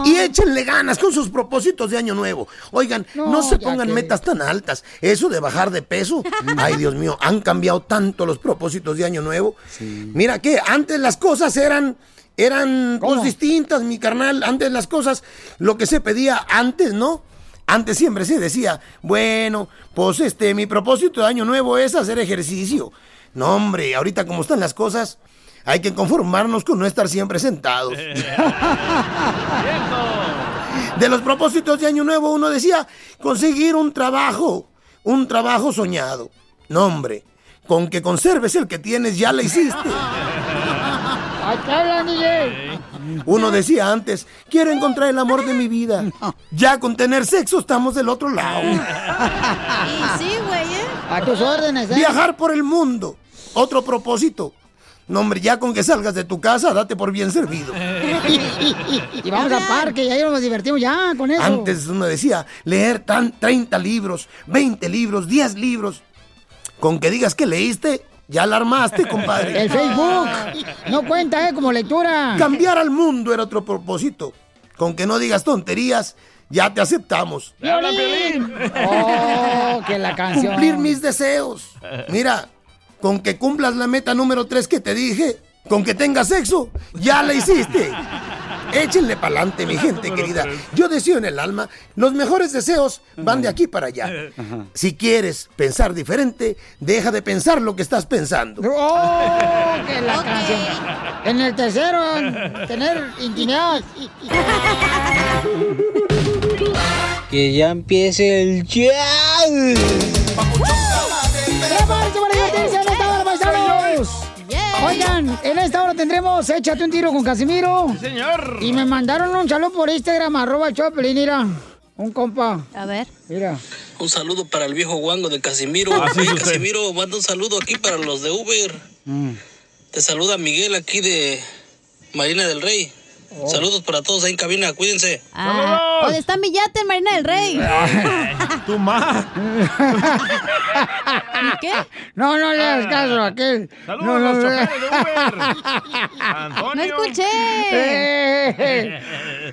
S15: Y échenle ganas con sus propósitos de año nuevo. Oigan, no,
S1: No,
S15: se
S1: ya
S15: pongan
S1: que-
S15: metas tan altas. Eso de bajar de peso. Ay, Dios mío, han cambiado tanto los propósitos de año nuevo. Mira que antes las cosas eran eran pues, distintas, mi carnal. Antes las cosas, lo que se pedía antes, ¿no? Antes siempre se decía, bueno, pues este, mi propósito de año nuevo es hacer ejercicio. No, hombre, ahorita como están las cosas, hay que conformarnos con no estar siempre sentados. De los propósitos de Año Nuevo, uno decía conseguir un trabajo, un trabajo soñado. No, hombre, con que conserves el que tienes ya la hiciste.
S1: hablan, DJ?
S15: Uno decía antes, quiero encontrar el amor de mi vida. Ya con tener sexo estamos del otro lado.
S2: Y sí, güey, ¿eh?
S1: A tus órdenes, ¿eh?
S15: Viajar por el mundo, otro propósito. No, hombre, ya con que salgas de tu casa, date por bien servido.
S1: Y vamos al parque, ya nos divertimos ya con eso.
S15: Antes uno decía leer tan 30 libros, 20 libros, 10 libros. Con que digas que leíste, ya la armaste, compadre.
S1: El Facebook no cuenta, ¿eh? Como lectura.
S15: Cambiar al mundo era otro propósito. Con que no digas tonterías, ya te aceptamos.
S1: Oh, que la canción.
S15: Cumplir mis deseos. Mira, con que cumplas la meta número 3 que te dije, con que tengas sexo, ya la hiciste. Échenle pa'lante, mi gente querida. Yo deseo en el alma, los mejores deseos van de aquí para allá. Si quieres pensar diferente, deja de pensar lo que estás pensando.
S1: ¡Oh! ¡Que la canción! En el tercero, tener intimidad.
S13: Que ya empiece el show.
S1: ¡Prepárense para divertirse en esta hora, paisanos! Oigan, en esta hora tendremos Échate un tiro con Casimiro.
S3: señor.
S1: Y me mandaron un saludo por Instagram, arroba el Choplin, mira. Un compa.
S2: A ver.
S1: Mira.
S21: Un saludo para el viejo guango de Casimiro.
S6: Ah,
S1: Así es
S21: Oye,
S1: usted.
S21: Casimiro, manda un saludo aquí para los de Uber. Te saluda Miguel aquí de Marina del Rey.
S6: Oh.
S21: Saludos para todos ahí en cabina, cuídense.
S2: Ah, ¿Dónde está mi yate, Marina del Rey?
S3: Ah, ¡Tu ma!
S2: ¿Qué? Ah.
S1: No, no le hagas caso a aquel.
S2: Saludos
S1: no,
S2: a los
S1: no, no.
S2: choferes de
S3: Ah.
S2: ¡No escuché!
S1: Eh,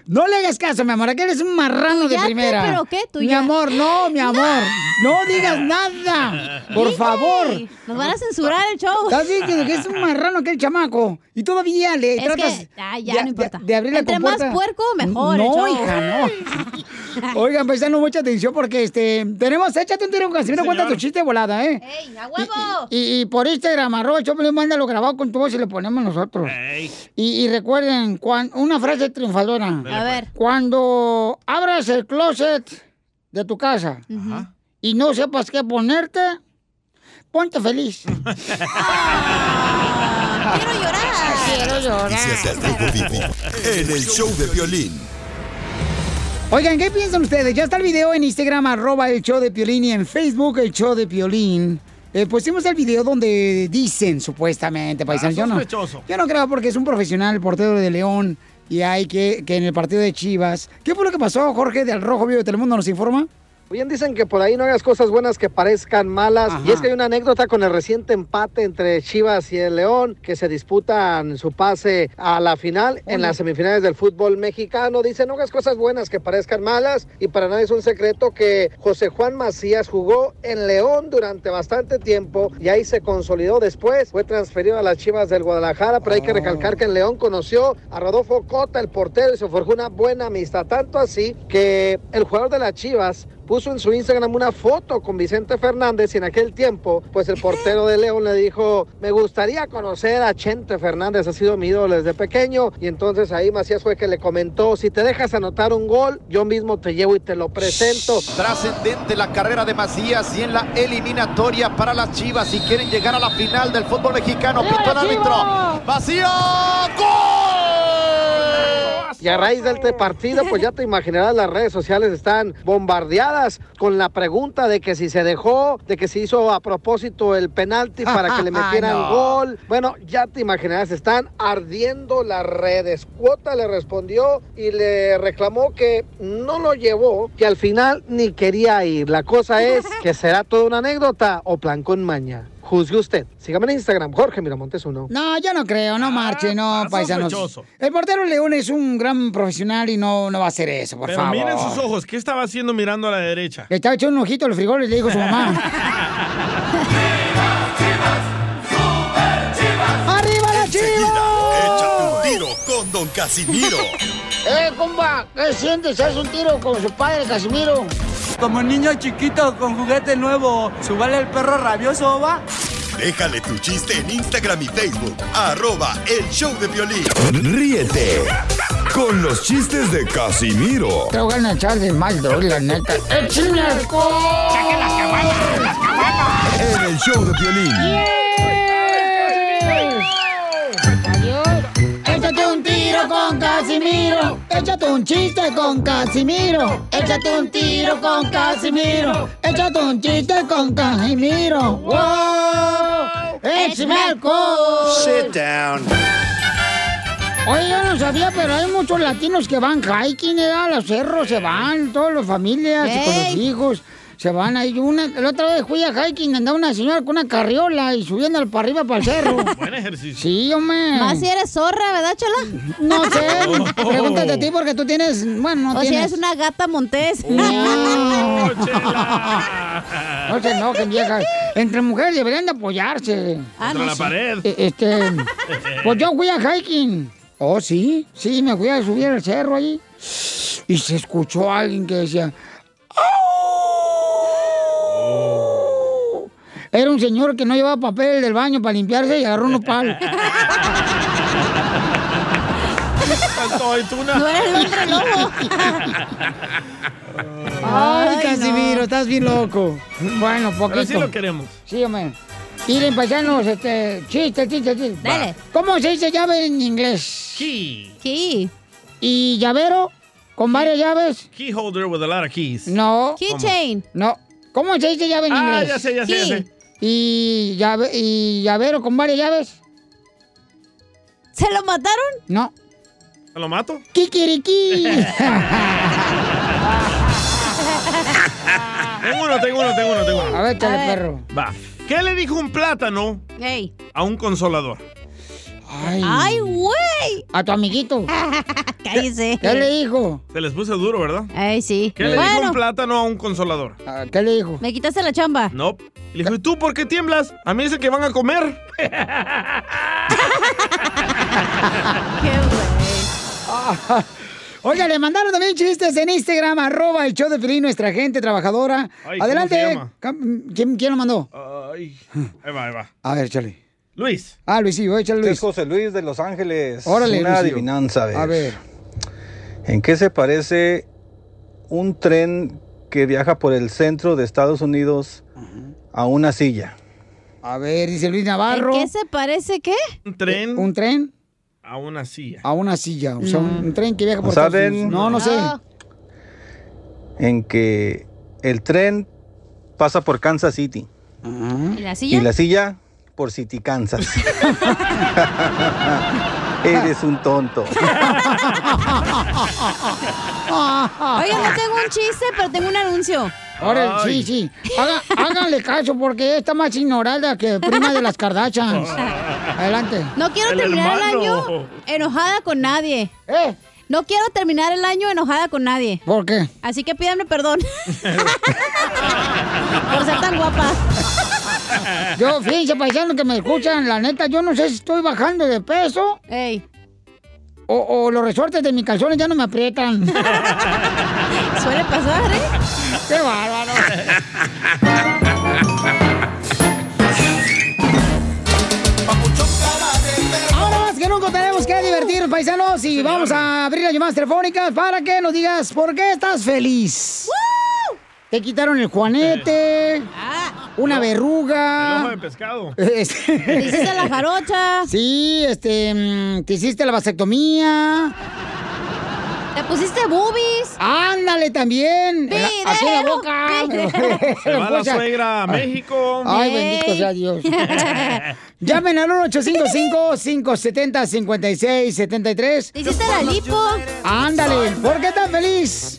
S1: no le hagas caso, mi amor. Aquel es un marrano
S2: ¿Tu
S1: de
S2: yate,
S1: primera.
S2: pero qué? ¿Tu
S1: mi
S2: ya-
S1: amor, no, mi amor. No, digas nada. Por favor.
S2: Nos van a censurar el show.
S1: Estás diciendo que es un marrano aquel chamaco. Y todavía le
S2: Es
S1: tratas
S2: que- ah, ya,
S1: de,
S2: no importa.
S1: de- de abrir la
S2: Entre
S1: compuerta.
S2: más puerco, mejor el
S1: No,
S2: show.
S1: hija, no. Oigan, prestando mucha atención porque este tenemos, échate un tiro con Casimiro, cuenta tu chiste de volada, ¿eh?
S2: ¡A huevo!
S1: Y, y por Instagram, arroba Choplin, mándalo grabado con tu voz y le ponemos nosotros. Y, y recuerden, cuan- una frase triunfadora.
S2: A ver.
S1: Cuando abras el closet de tu casa y no sepas qué ponerte, ponte feliz.
S2: ¡Quiero llorar!
S1: ¡Quiero
S5: Noticias de Rojo Vivo en el show de violín.
S1: Oigan, ¿qué piensan ustedes? Ya está el video en Instagram, arroba el show de Piolín, y en Facebook, el show de Piolín. Eh, pusimos el video donde dicen, supuestamente, paisanos. Yo no,
S3: Ah, sospechoso.
S1: yo no creo porque es un profesional, el portero de León, y hay que, que en el partido de Chivas. ¿Qué fue lo que pasó, Jorge, del Rojo Vivo de Telemundo? ¿Nos informa?
S6: Bien dicen que por ahí no hagas cosas buenas que parezcan malas. Y es que hay una anécdota con el reciente empate entre Chivas y el León, que se disputan su pase a la final en las semifinales del fútbol mexicano. Dicen no hagas cosas buenas que parezcan malas. Y para nadie es un secreto que José Juan Macías jugó en León durante bastante tiempo y ahí se consolidó después. Fue transferido a las Chivas del Guadalajara, pero hay que recalcar que en León conoció a Rodolfo Cota, el portero, y se forjó una buena amistad. Tanto así que el jugador de las Chivas puso en su Instagram una foto con Vicente Fernández y en aquel tiempo, pues el portero de León le dijo, me gustaría conocer a Chente Fernández, ha sido mi ídolo desde pequeño. Y entonces ahí Macías fue que le comentó, si te dejas anotar un gol, yo mismo te llevo y te lo presento.
S4: Trascendente la carrera de Macías y en la eliminatoria para las Chivas si quieren llegar a la final del fútbol mexicano. Pitó el árbitro. Macías. ¡Gol!
S6: Y a raíz de este partido, pues ya te imaginarás, las redes sociales están bombardeadas con la pregunta de que si se dejó, de que se hizo a propósito el penalti para que le metieran
S1: No.
S6: gol. Bueno, ya te imaginarás, están ardiendo las redes. Cuota le respondió y le reclamó que no lo llevó, que al final ni quería ir. La cosa es que será toda una anécdota o plan con maña. Juzgue usted. Sígame en Instagram, Jorge Miramontes uno.
S1: No, yo no creo, no marche, no, paisanos.
S3: Ah, sospechoso.
S1: El portero de León es un gran profesional y no, no va a hacer eso, por
S3: Pero
S1: favor.
S3: miren sus ojos, ¿qué estaba haciendo mirando a la derecha?
S1: Le estaba echando un ojito a los frijoles, le dijo su mamá. ¡Arriba la
S5: Échate un tiro con Don Casimiro.
S1: ¡Eh, compa! ¿Qué sientes? ¿Haz un tiro con su padre, Casimiro?
S22: Como niño chiquito con juguete nuevo, subale el perro rabioso, va.
S5: Déjale tu chiste en Instagram y Facebook. Arroba el show de violín. Ríete con los chistes de Casimiro.
S1: Te voy a echar de mal, droga, la neta.
S3: ¡Eh,
S1: ¡Échame alcohol! ¡Saque las cabanas! ¡Las cabanas!
S5: En el show de violín.
S1: Échate un tiro con Casimiro. Échate un chiste con Casimiro. Échate un tiro con Casimiro. Échate un chiste con Casimiro. ¡Wow! ¡Échame alcohol!
S4: Sit down.
S1: Oye, yo no sabía, pero hay muchos latinos que van hiking, ¿eh? a los cerros, se van, todas las familias, y con los
S23: Ey.
S1: hijos, se van ahí. Una, la otra vez fui a hiking, andaba una señora con una carriola y subiendo para arriba para el cerro.
S3: Buen ejercicio.
S1: Sí, hombre.
S2: Más si eres zorra, ¿verdad, Chola?
S1: No sé, pregúntate a ti porque tú tienes, bueno, no
S2: O si
S1: tienes.
S2: eres una gata montés.
S1: No se enojen, viejas. Entre mujeres deberían de apoyarse.
S2: Ah,
S3: Contra no, la sí. pared.
S1: Eh, Este, pues yo fui a hiking. Oh, sí. Sí, me fui a subir al cerro allí. Y se escuchó alguien que decía... "Au". "Oh". Era un señor que no llevaba papel del baño para limpiarse y agarró unos palos.
S3: Tanto soy Tuna.
S2: No eres un reloj.
S1: Ay, Casimiro, estás bien loco. Bueno, poquito.
S3: Pero sí lo queremos.
S1: Sí, hombre. Miren, paisanos, este, chiste, chiste, chiste.
S3: Dale.
S1: ¿Cómo se dice llave en inglés?
S3: Key.
S2: Key.
S1: ¿Y llavero? ¿Con varias llaves?
S3: Key holder with a lot of keys.
S1: No.
S3: Keychain.
S1: No. ¿Cómo se dice llave en
S3: Ah,
S1: inglés?
S3: ya sé, ya sé, ya sé.
S1: ¿Y, llave, ¿Y llavero con varias llaves?
S2: ¿Se lo mataron?
S1: No.
S3: ¿Te lo mato?
S1: ¡Kikiriki!
S3: Tengo uno, tengo uno, tengo uno, tengo uno.
S1: A ver, échale, A ver. perro.
S3: Va. ¿Qué le dijo un plátano
S2: Ey.
S3: a un consolador?
S1: Ay.
S2: Ay, güey.
S1: A tu amiguito.
S2: Cállese.
S1: ¿Qué le dijo?
S3: Se les puse duro, ¿verdad?
S2: Ay, sí.
S3: ¿Qué le dijo
S2: bueno,
S3: un plátano a un consolador?
S1: Ah, ¿Qué le dijo?
S2: me quitaste la chamba.
S3: No. Le dijo, ¿y tú por qué tiemblas? A mí dice que van a comer.
S1: Oiga, le mandaron también chistes en Instagram, arroba el show de Pelín, nuestra gente trabajadora.
S3: Ay, ¿cómo
S1: Adelante.
S3: se llama?
S1: Cam- ¿Quién, quién lo mandó?
S3: Ay. Ahí va, ahí va.
S1: A ver, échale.
S3: Luis.
S1: Ah, Luis, sí, échale Luis.
S9: Este Es José Luis de Los Ángeles.
S1: Órale,
S9: Una
S1: Luisillo.
S9: adivinanza, a ver.
S1: A ver.
S9: ¿En qué se parece un tren que viaja por el centro de Estados Unidos a una silla?
S1: A ver, dice Luis Navarro.
S2: ¿En qué se parece qué?
S3: Un tren.
S1: Un tren
S3: A una silla.
S1: a una silla. O sea, un, un tren que viaja por Estados
S9: ¿Saben?
S1: Unidos. No, no sé.
S3: Ah.
S9: En que el tren pasa por Kansas City.
S2: ¿Y la
S9: Y
S2: silla?
S9: la silla por City, Kansas. Eres un tonto.
S2: Oh, Oiga, no tengo un chiste, pero tengo un anuncio.
S1: Ahora, sí, sí. Haga- háganle caso porque está más ignorada que prima de las Kardashians. Adelante.
S2: No quiero
S1: El
S2: terminar el
S1: hermano.
S2: año enojada con nadie. No quiero terminar el año enojada con nadie.
S1: ¿Eh? ¿Por qué?
S2: Así que pídanme perdón. Por ser tan guapa.
S1: Yo, fíjense, paisanos que me escuchan, la neta, yo no sé si estoy bajando de peso. O, o los resortes de mis calzones ya no me aprietan.
S2: Suele pasar, ¿eh?
S1: Qué bárbaro. Ahora más que nunca tenemos que divertir, paisanos, y vamos a abrir las llamadas telefónicas para que nos digas por qué estás feliz. Te quitaron el juanete, una verruga.
S3: Ah. El ojo de pescado.
S1: Este-
S3: Te hiciste la
S2: jarocha.
S1: Sí, este, mm, te hiciste la vasectomía.
S2: Te pusiste boobies.
S1: Ándale también. En la- Aquí en la
S2: Video,
S1: boca.
S2: video.
S3: Se va la
S1: Escucha.
S3: suegra a México.
S1: Ay, bendito sea Dios. Llamen al 1-855-570-5673.
S2: ¿Te hiciste la lipo?
S1: Ándale, ¿por qué tan feliz?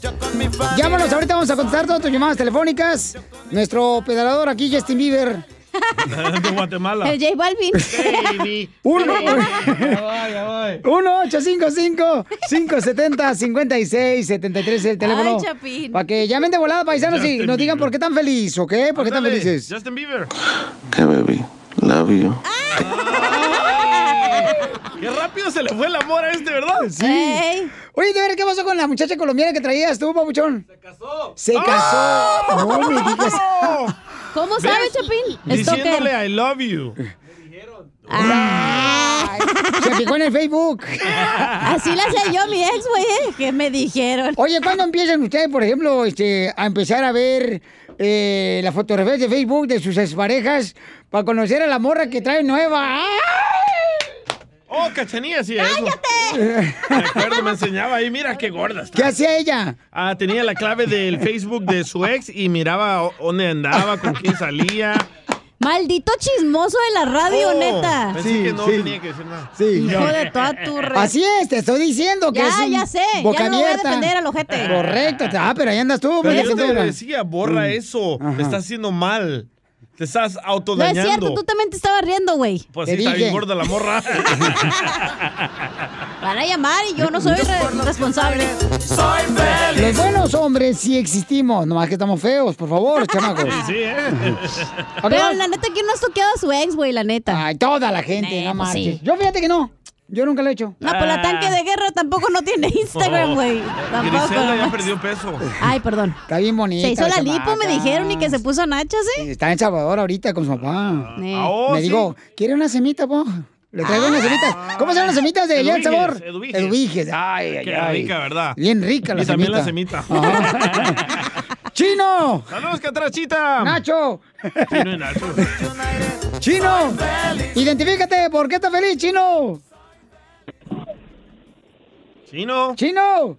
S1: Llámanos, ahorita vamos a contestar todas tus llamadas telefónicas. Nuestro pedalador aquí, Justin Bieber.
S3: ¿eh? De Guatemala.
S2: El J Balvin.
S3: Baby.
S1: Uno.
S3: Ya va, ya va.
S1: 1-855-570-5673 es el teléfono.
S3: Ay, Chapín.
S1: Para que llamen de volada, paisanos, y
S3: Justin
S1: nos digan por qué tan feliz, ¿ok? ¿Por qué tan
S3: Ándale,
S1: felices?
S3: Justin Bieber.
S10: ¿Qué, baby? Love you.
S2: Ah.
S3: Qué rápido se le fue el amor a este, ¿verdad?
S1: Sí. Oye, de ver, ¿qué pasó con la muchacha colombiana que traías tú, papuchón? Se casó. Se
S3: ¡Ah!
S1: casó. No me digas.
S2: ¿Cómo sabe, Chapín?
S3: Diciéndole I love you.
S1: Ah. Se fijó en el Facebook.
S2: Así la sé yo, mi ex, güey, ¿eh? que me dijeron.
S1: Oye, ¿cuándo empiezan ustedes, por ejemplo, este, a empezar a ver eh, las fotografías de Facebook de sus exparejas para conocer a la morra que trae nueva? ¡Ah!
S3: Oh, cachanilla, sí. ¡Cállate! Me acuerdo, me enseñaba ahí, mira qué gorda está.
S1: ¿Qué hacía ella?
S3: Ah, tenía la clave del Facebook de su ex y miraba o- dónde andaba, con quién salía.
S2: Maldito chismoso de la radio,
S3: Oh,
S2: neta.
S3: Pensé que no tenía que decir nada.
S1: Sí.
S2: Hijo de toda tu re-
S1: Así es, te estoy diciendo que
S2: Ya,
S1: es un
S2: ya sé, ya
S1: boca
S2: no lo voy a
S1: abierta.
S2: defender al ojete.
S1: Correcto. Ah, pero ahí andas tú.
S3: Pero
S1: muy
S3: yo te
S1: defensora.
S3: decía, borra
S1: Mm.
S3: eso. Te estás haciendo mal. Te estás
S2: No es
S3: autodañando.
S2: cierto, tú también te estabas riendo, güey.
S3: Pues sí, está bien gorda la morra.
S2: Van a llamar y yo no soy re- responsable.
S3: Soy
S1: Los buenos hombres sí existimos, nomás que estamos feos, por favor, chamacos.
S3: Sí, ¿eh?
S2: Pero la neta, ¿quién no has toqueado a su ex, güey? La neta.
S1: Ay, toda la gente, no
S2: pues sí.
S1: marches. Yo fíjate que no. Yo nunca lo he hecho.
S2: No, pues la tanque de guerra tampoco no tiene Instagram, güey. Tampoco.
S3: Griselda ya
S2: nomás.
S3: perdió peso.
S2: Ay, perdón.
S1: Está bien bonita.
S2: Se hizo la
S1: chamaca.
S2: lipo, me dijeron, y que se puso nachas, ¿eh?
S3: Ah,
S1: Está en Salvador ahorita con su papá.
S3: oh,
S2: Sí.
S1: Me digo, ¿quiere una semita, po? "Oh, Le traigo unas semitas.
S3: Ah.
S1: ¿Cómo son las semitas de allá el
S3: Eduviges,
S1: sabor?
S3: Eduviges.
S1: Ay, ay,
S3: Qué
S1: ay.
S3: rica, ¿verdad?
S1: Bien rica la
S3: Y también la
S1: semita.
S3: semita.
S1: Ajá. ¡Chino!
S3: ¡Saludos, Catrachita!
S1: ¡Nacho!
S3: Chino y Nacho.
S1: ¡Chino! ¡Identifícate! ¿Por qué estás feliz, Chino?
S3: ¡Chino!
S1: ¡Chino!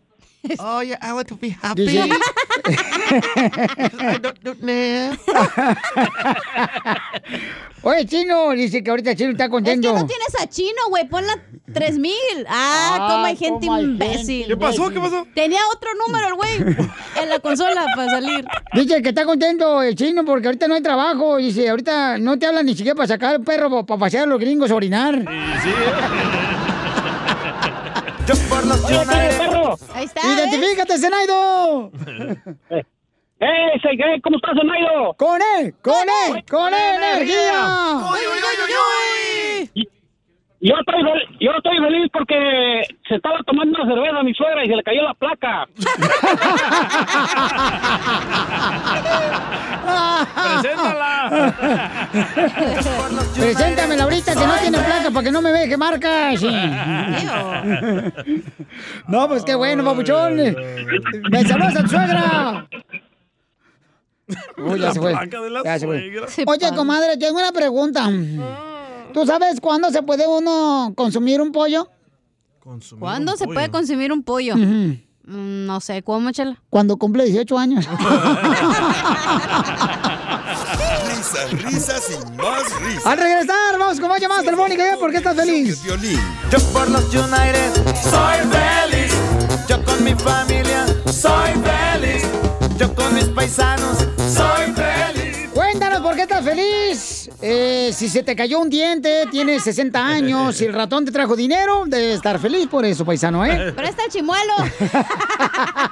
S20: Oh, yeah, I want to be happy.
S1: DJ.
S20: I don't do now.
S1: Oye, Chino, dice que ahorita Chino está
S2: Es
S1: contento.
S2: que no tienes a Chino, güey. Ponla 3000. Ah,
S1: Ah,
S2: como hay gente
S1: cómo hay gente
S2: imbécil.
S1: ¿Qué pasó? ¿Qué pasó?
S2: Tenía otro número el güey en la consola para salir.
S1: Dice que está contento el chino porque ahorita no hay trabajo. Dice, ahorita no te hablan ni siquiera para sacar el perro para pasear a los gringos a orinar. ¿eh?
S2: Ahí está.
S1: ¡Identifícate, Zenaido!
S19: ¡Ey, Sergey! ¿Cómo estás, Zenaido?
S1: ¡Con él! ¡Con él! ¡Con él, energía!
S19: Yo estoy, fel- yo estoy feliz porque se estaba tomando una cerveza a mi suegra y se le cayó la placa.
S1: Preséntamela ahorita que no tiene placa para que no me deje marcas. No, pues qué bueno, papuchón. ¡Me saludas a tu suegra! Uy, ya
S3: La
S1: se fue.
S3: placa de la
S1: Ya se fue.
S3: suegra.
S1: Oye, comadre, tengo una pregunta.
S2: Mm.
S1: ¿Tú sabes cuándo se puede uno consumir un pollo?
S2: ¿Cuándo se puede consumir un pollo? Mm, No sé, ¿cómo, chela?
S1: Cuando cumple 18 años. ¿Eh?
S5: Risas, risas y más risas.
S1: Al regresar, vamos con más llamadas telefónicas. ¿eh? ¿Por qué estás feliz?
S5: Violín.
S10: Yo por los United soy feliz. Yo con mi familia soy feliz. Yo con mis paisanos soy feliz.
S1: Cuéntanos por qué estás feliz. Eh, si se te cayó un diente, tienes 60 años, si el ratón te trajo dinero, debes estar feliz por eso, paisano, ¿eh?
S2: Presta el chimuelo.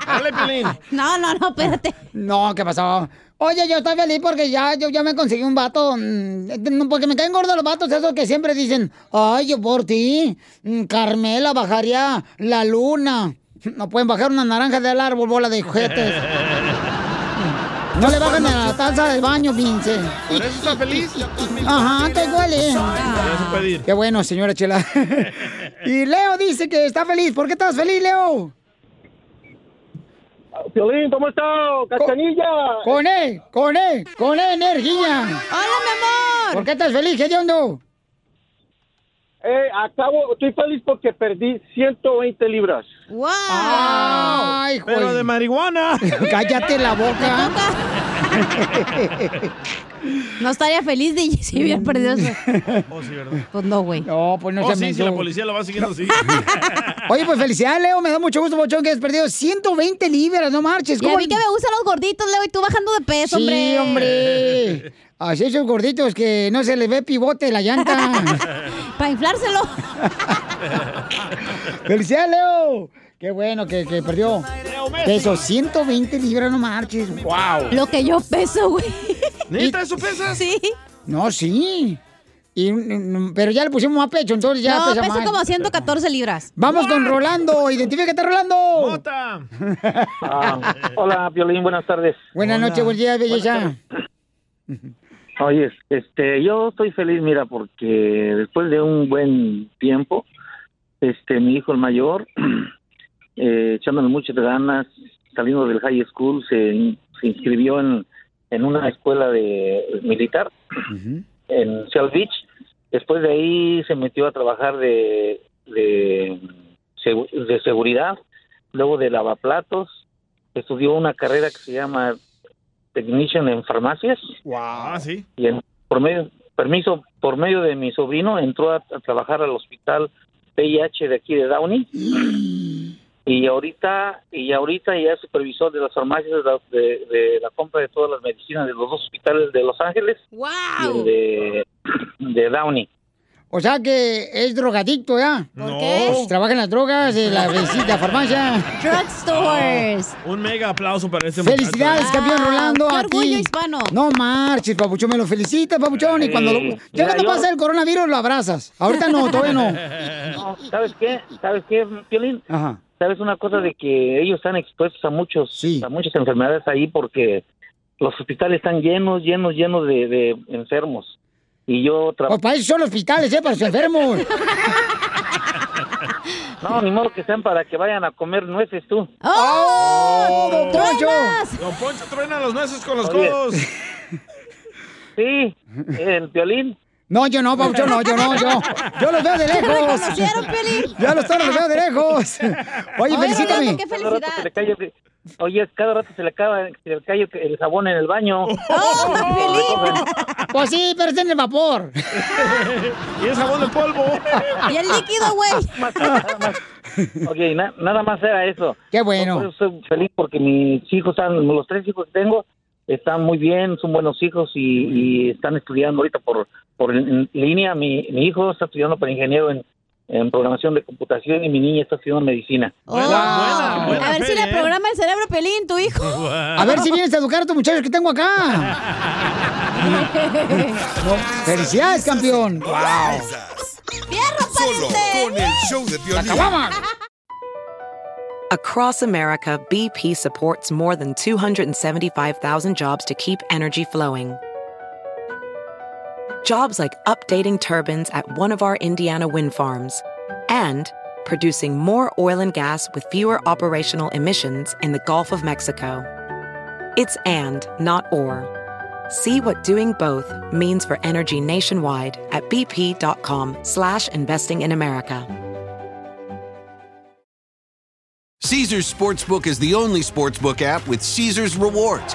S2: Dale, No, no, no, espérate.
S1: No, ¿qué pasó? Oye, yo estoy feliz porque ya, yo ya me conseguí un vato. mm, no, Porque me caen gordos los vatos esos que siempre dicen, ay, yo por ti, mm, Carmela bajaría la luna. No pueden bajar una naranja del árbol, bola de juguetes. No le bajan a la taza del baño, pinche.
S3: Por eso está feliz.
S1: Ajá, te huele.
S3: Gracias, pedir.
S1: Qué bueno, señora Chela. y Leo dice que está feliz. ¿Por qué estás feliz, Leo?
S19: Violín, ¿cómo estás? ¡Castanilla!
S1: Con él, con él, con él, energía. Hola,
S2: mi amor.
S1: ¿Por qué estás feliz, Gediondo?
S19: Eh, acabo, estoy feliz porque perdí 120 libras.
S2: ¡Wow!
S1: Ah. ¡Ay,
S19: Pero
S1: joder.
S19: de
S3: marihuana.
S1: Cállate la boca.
S2: No estaría feliz de si hubiera perdido eso.
S3: Oh, sí, ¿verdad?
S2: Pues no, güey.
S1: No, pues
S3: oh, sí, si la policía la va siguiendo así.
S1: Oye, pues felicidades, Leo. Me da mucho gusto, Bochón, que has perdido 120 libras. No marches.
S2: Y a mí que me gustan los gorditos, Leo, y tú bajando de peso,
S1: sí,
S2: hombre.
S1: hombre. Así esos gorditos que no se les ve pivote la llanta.
S2: Para inflárselo.
S1: ¡Felicidades, Leo! Qué bueno que, que perdió. Peso 120 libras, no marches. ¡Wow!
S2: Lo que yo peso, güey.
S1: ¿Neta
S3: eso pesa?
S2: Sí.
S1: No, sí. Y, mm, mm, pero ya le pusimos más pecho, entonces pues ya
S2: no,
S1: pesa
S2: peso
S1: más.
S2: como 114 libras.
S1: Vamos con Rolando. Identifícate, Rolando.
S19: Ah, hola, Violín, buenas tardes.
S1: Buenas noches, buen día, belleza.
S19: Oye, este, yo estoy feliz, mira, porque después de un buen tiempo, este, mi hijo el mayor, eh, echándole muchas ganas, saliendo del high school, se, se inscribió en, en una escuela de militar en Seal Beach. Después de ahí se metió a trabajar de, de, segu- de seguridad, luego de lavaplatos, estudió una carrera que se llama Technician en farmacias
S3: Ah, sí.
S19: y en- por medio, permiso, por medio de mi sobrino entró a, a trabajar al hospital PIH de aquí de Downey y ahorita y ahorita ya es supervisor de las farmacias de la, de- de la compra de todas las medicinas de los dos hospitales de Los Ángeles y el de, de Downey.
S1: O sea que es drogadicto, ¿ya?
S3: ¿Por qué?
S1: Pues, trabaja en las drogas, en la, en la farmacia.
S2: Drugstores.
S3: Ah, Un mega aplauso para este muchacho. Ah,
S1: Felicidades, campeón Rolando. a ti. No marches, papuchón. Me lo felicita, papuchón. Y cuando lo,
S19: Sí.
S1: ya
S19: Mira,
S1: cuando
S19: yo-
S1: pasa el coronavirus, lo abrazas. Ahorita no, todavía no.
S19: No, ¿Sabes qué? ¿Sabes qué, Piolín? ¿Sabes una cosa de que ellos están expuestos a muchos a muchas enfermedades ahí porque los hospitales están llenos, llenos, llenos de, de enfermos. Y yo
S1: Pues
S19: trabajo.
S1: para eso son los hospitales, ¿eh? Para los enfermos.
S19: No, ni modo que sean para que vayan a comer nueces tú.
S1: ¡Oh! ¡Don Poncho!
S3: Don Poncho truena los nueces con los
S19: Oye.
S3: codos.
S19: Sí, el violín.
S1: No, yo no, Paucho, no, yo no, yo. Yo los veo de
S19: ¿Te
S1: lejos.
S19: reconocieron, Pelín?
S1: Ya los toros los veo de lejos. Oye, felicítame.
S19: Cada rato se le cae el- Oye, cada rato se le, acaba, se le cae el jabón en el baño.
S1: Oh, Pues sí, pero está en el vapor.
S19: y es jabón de polvo.
S1: Y el líquido, güey.
S19: Ok, na- nada más era eso.
S1: Qué bueno.
S19: Por eso soy feliz porque mis hijos, están, los tres hijos que tengo, están muy bien, son buenos hijos y, y están estudiando ahorita por, por en línea. Mi, mi hijo está estudiando para ingeniero en, en programación de computación y mi niña está estudiando medicina.
S2: Oh. a ver si le programa el cerebro Pelín, tu hijo.
S1: A ver si vienes a educar a tus muchachos que tengo acá. Felicidades, campeón.
S5: Solo con el show de violín.
S24: Across America, BP supports more than 275,000 jobs to keep energy flowing. Jobs like updating turbines at one of our Indiana wind farms and producing more oil and gas with fewer operational emissions in the Gulf of Mexico. It's and, not or. See what doing both means for energy nationwide at bp.com slash investing in America.
S14: Caesar's Sportsbook is the only sportsbook app with Caesar's rewards.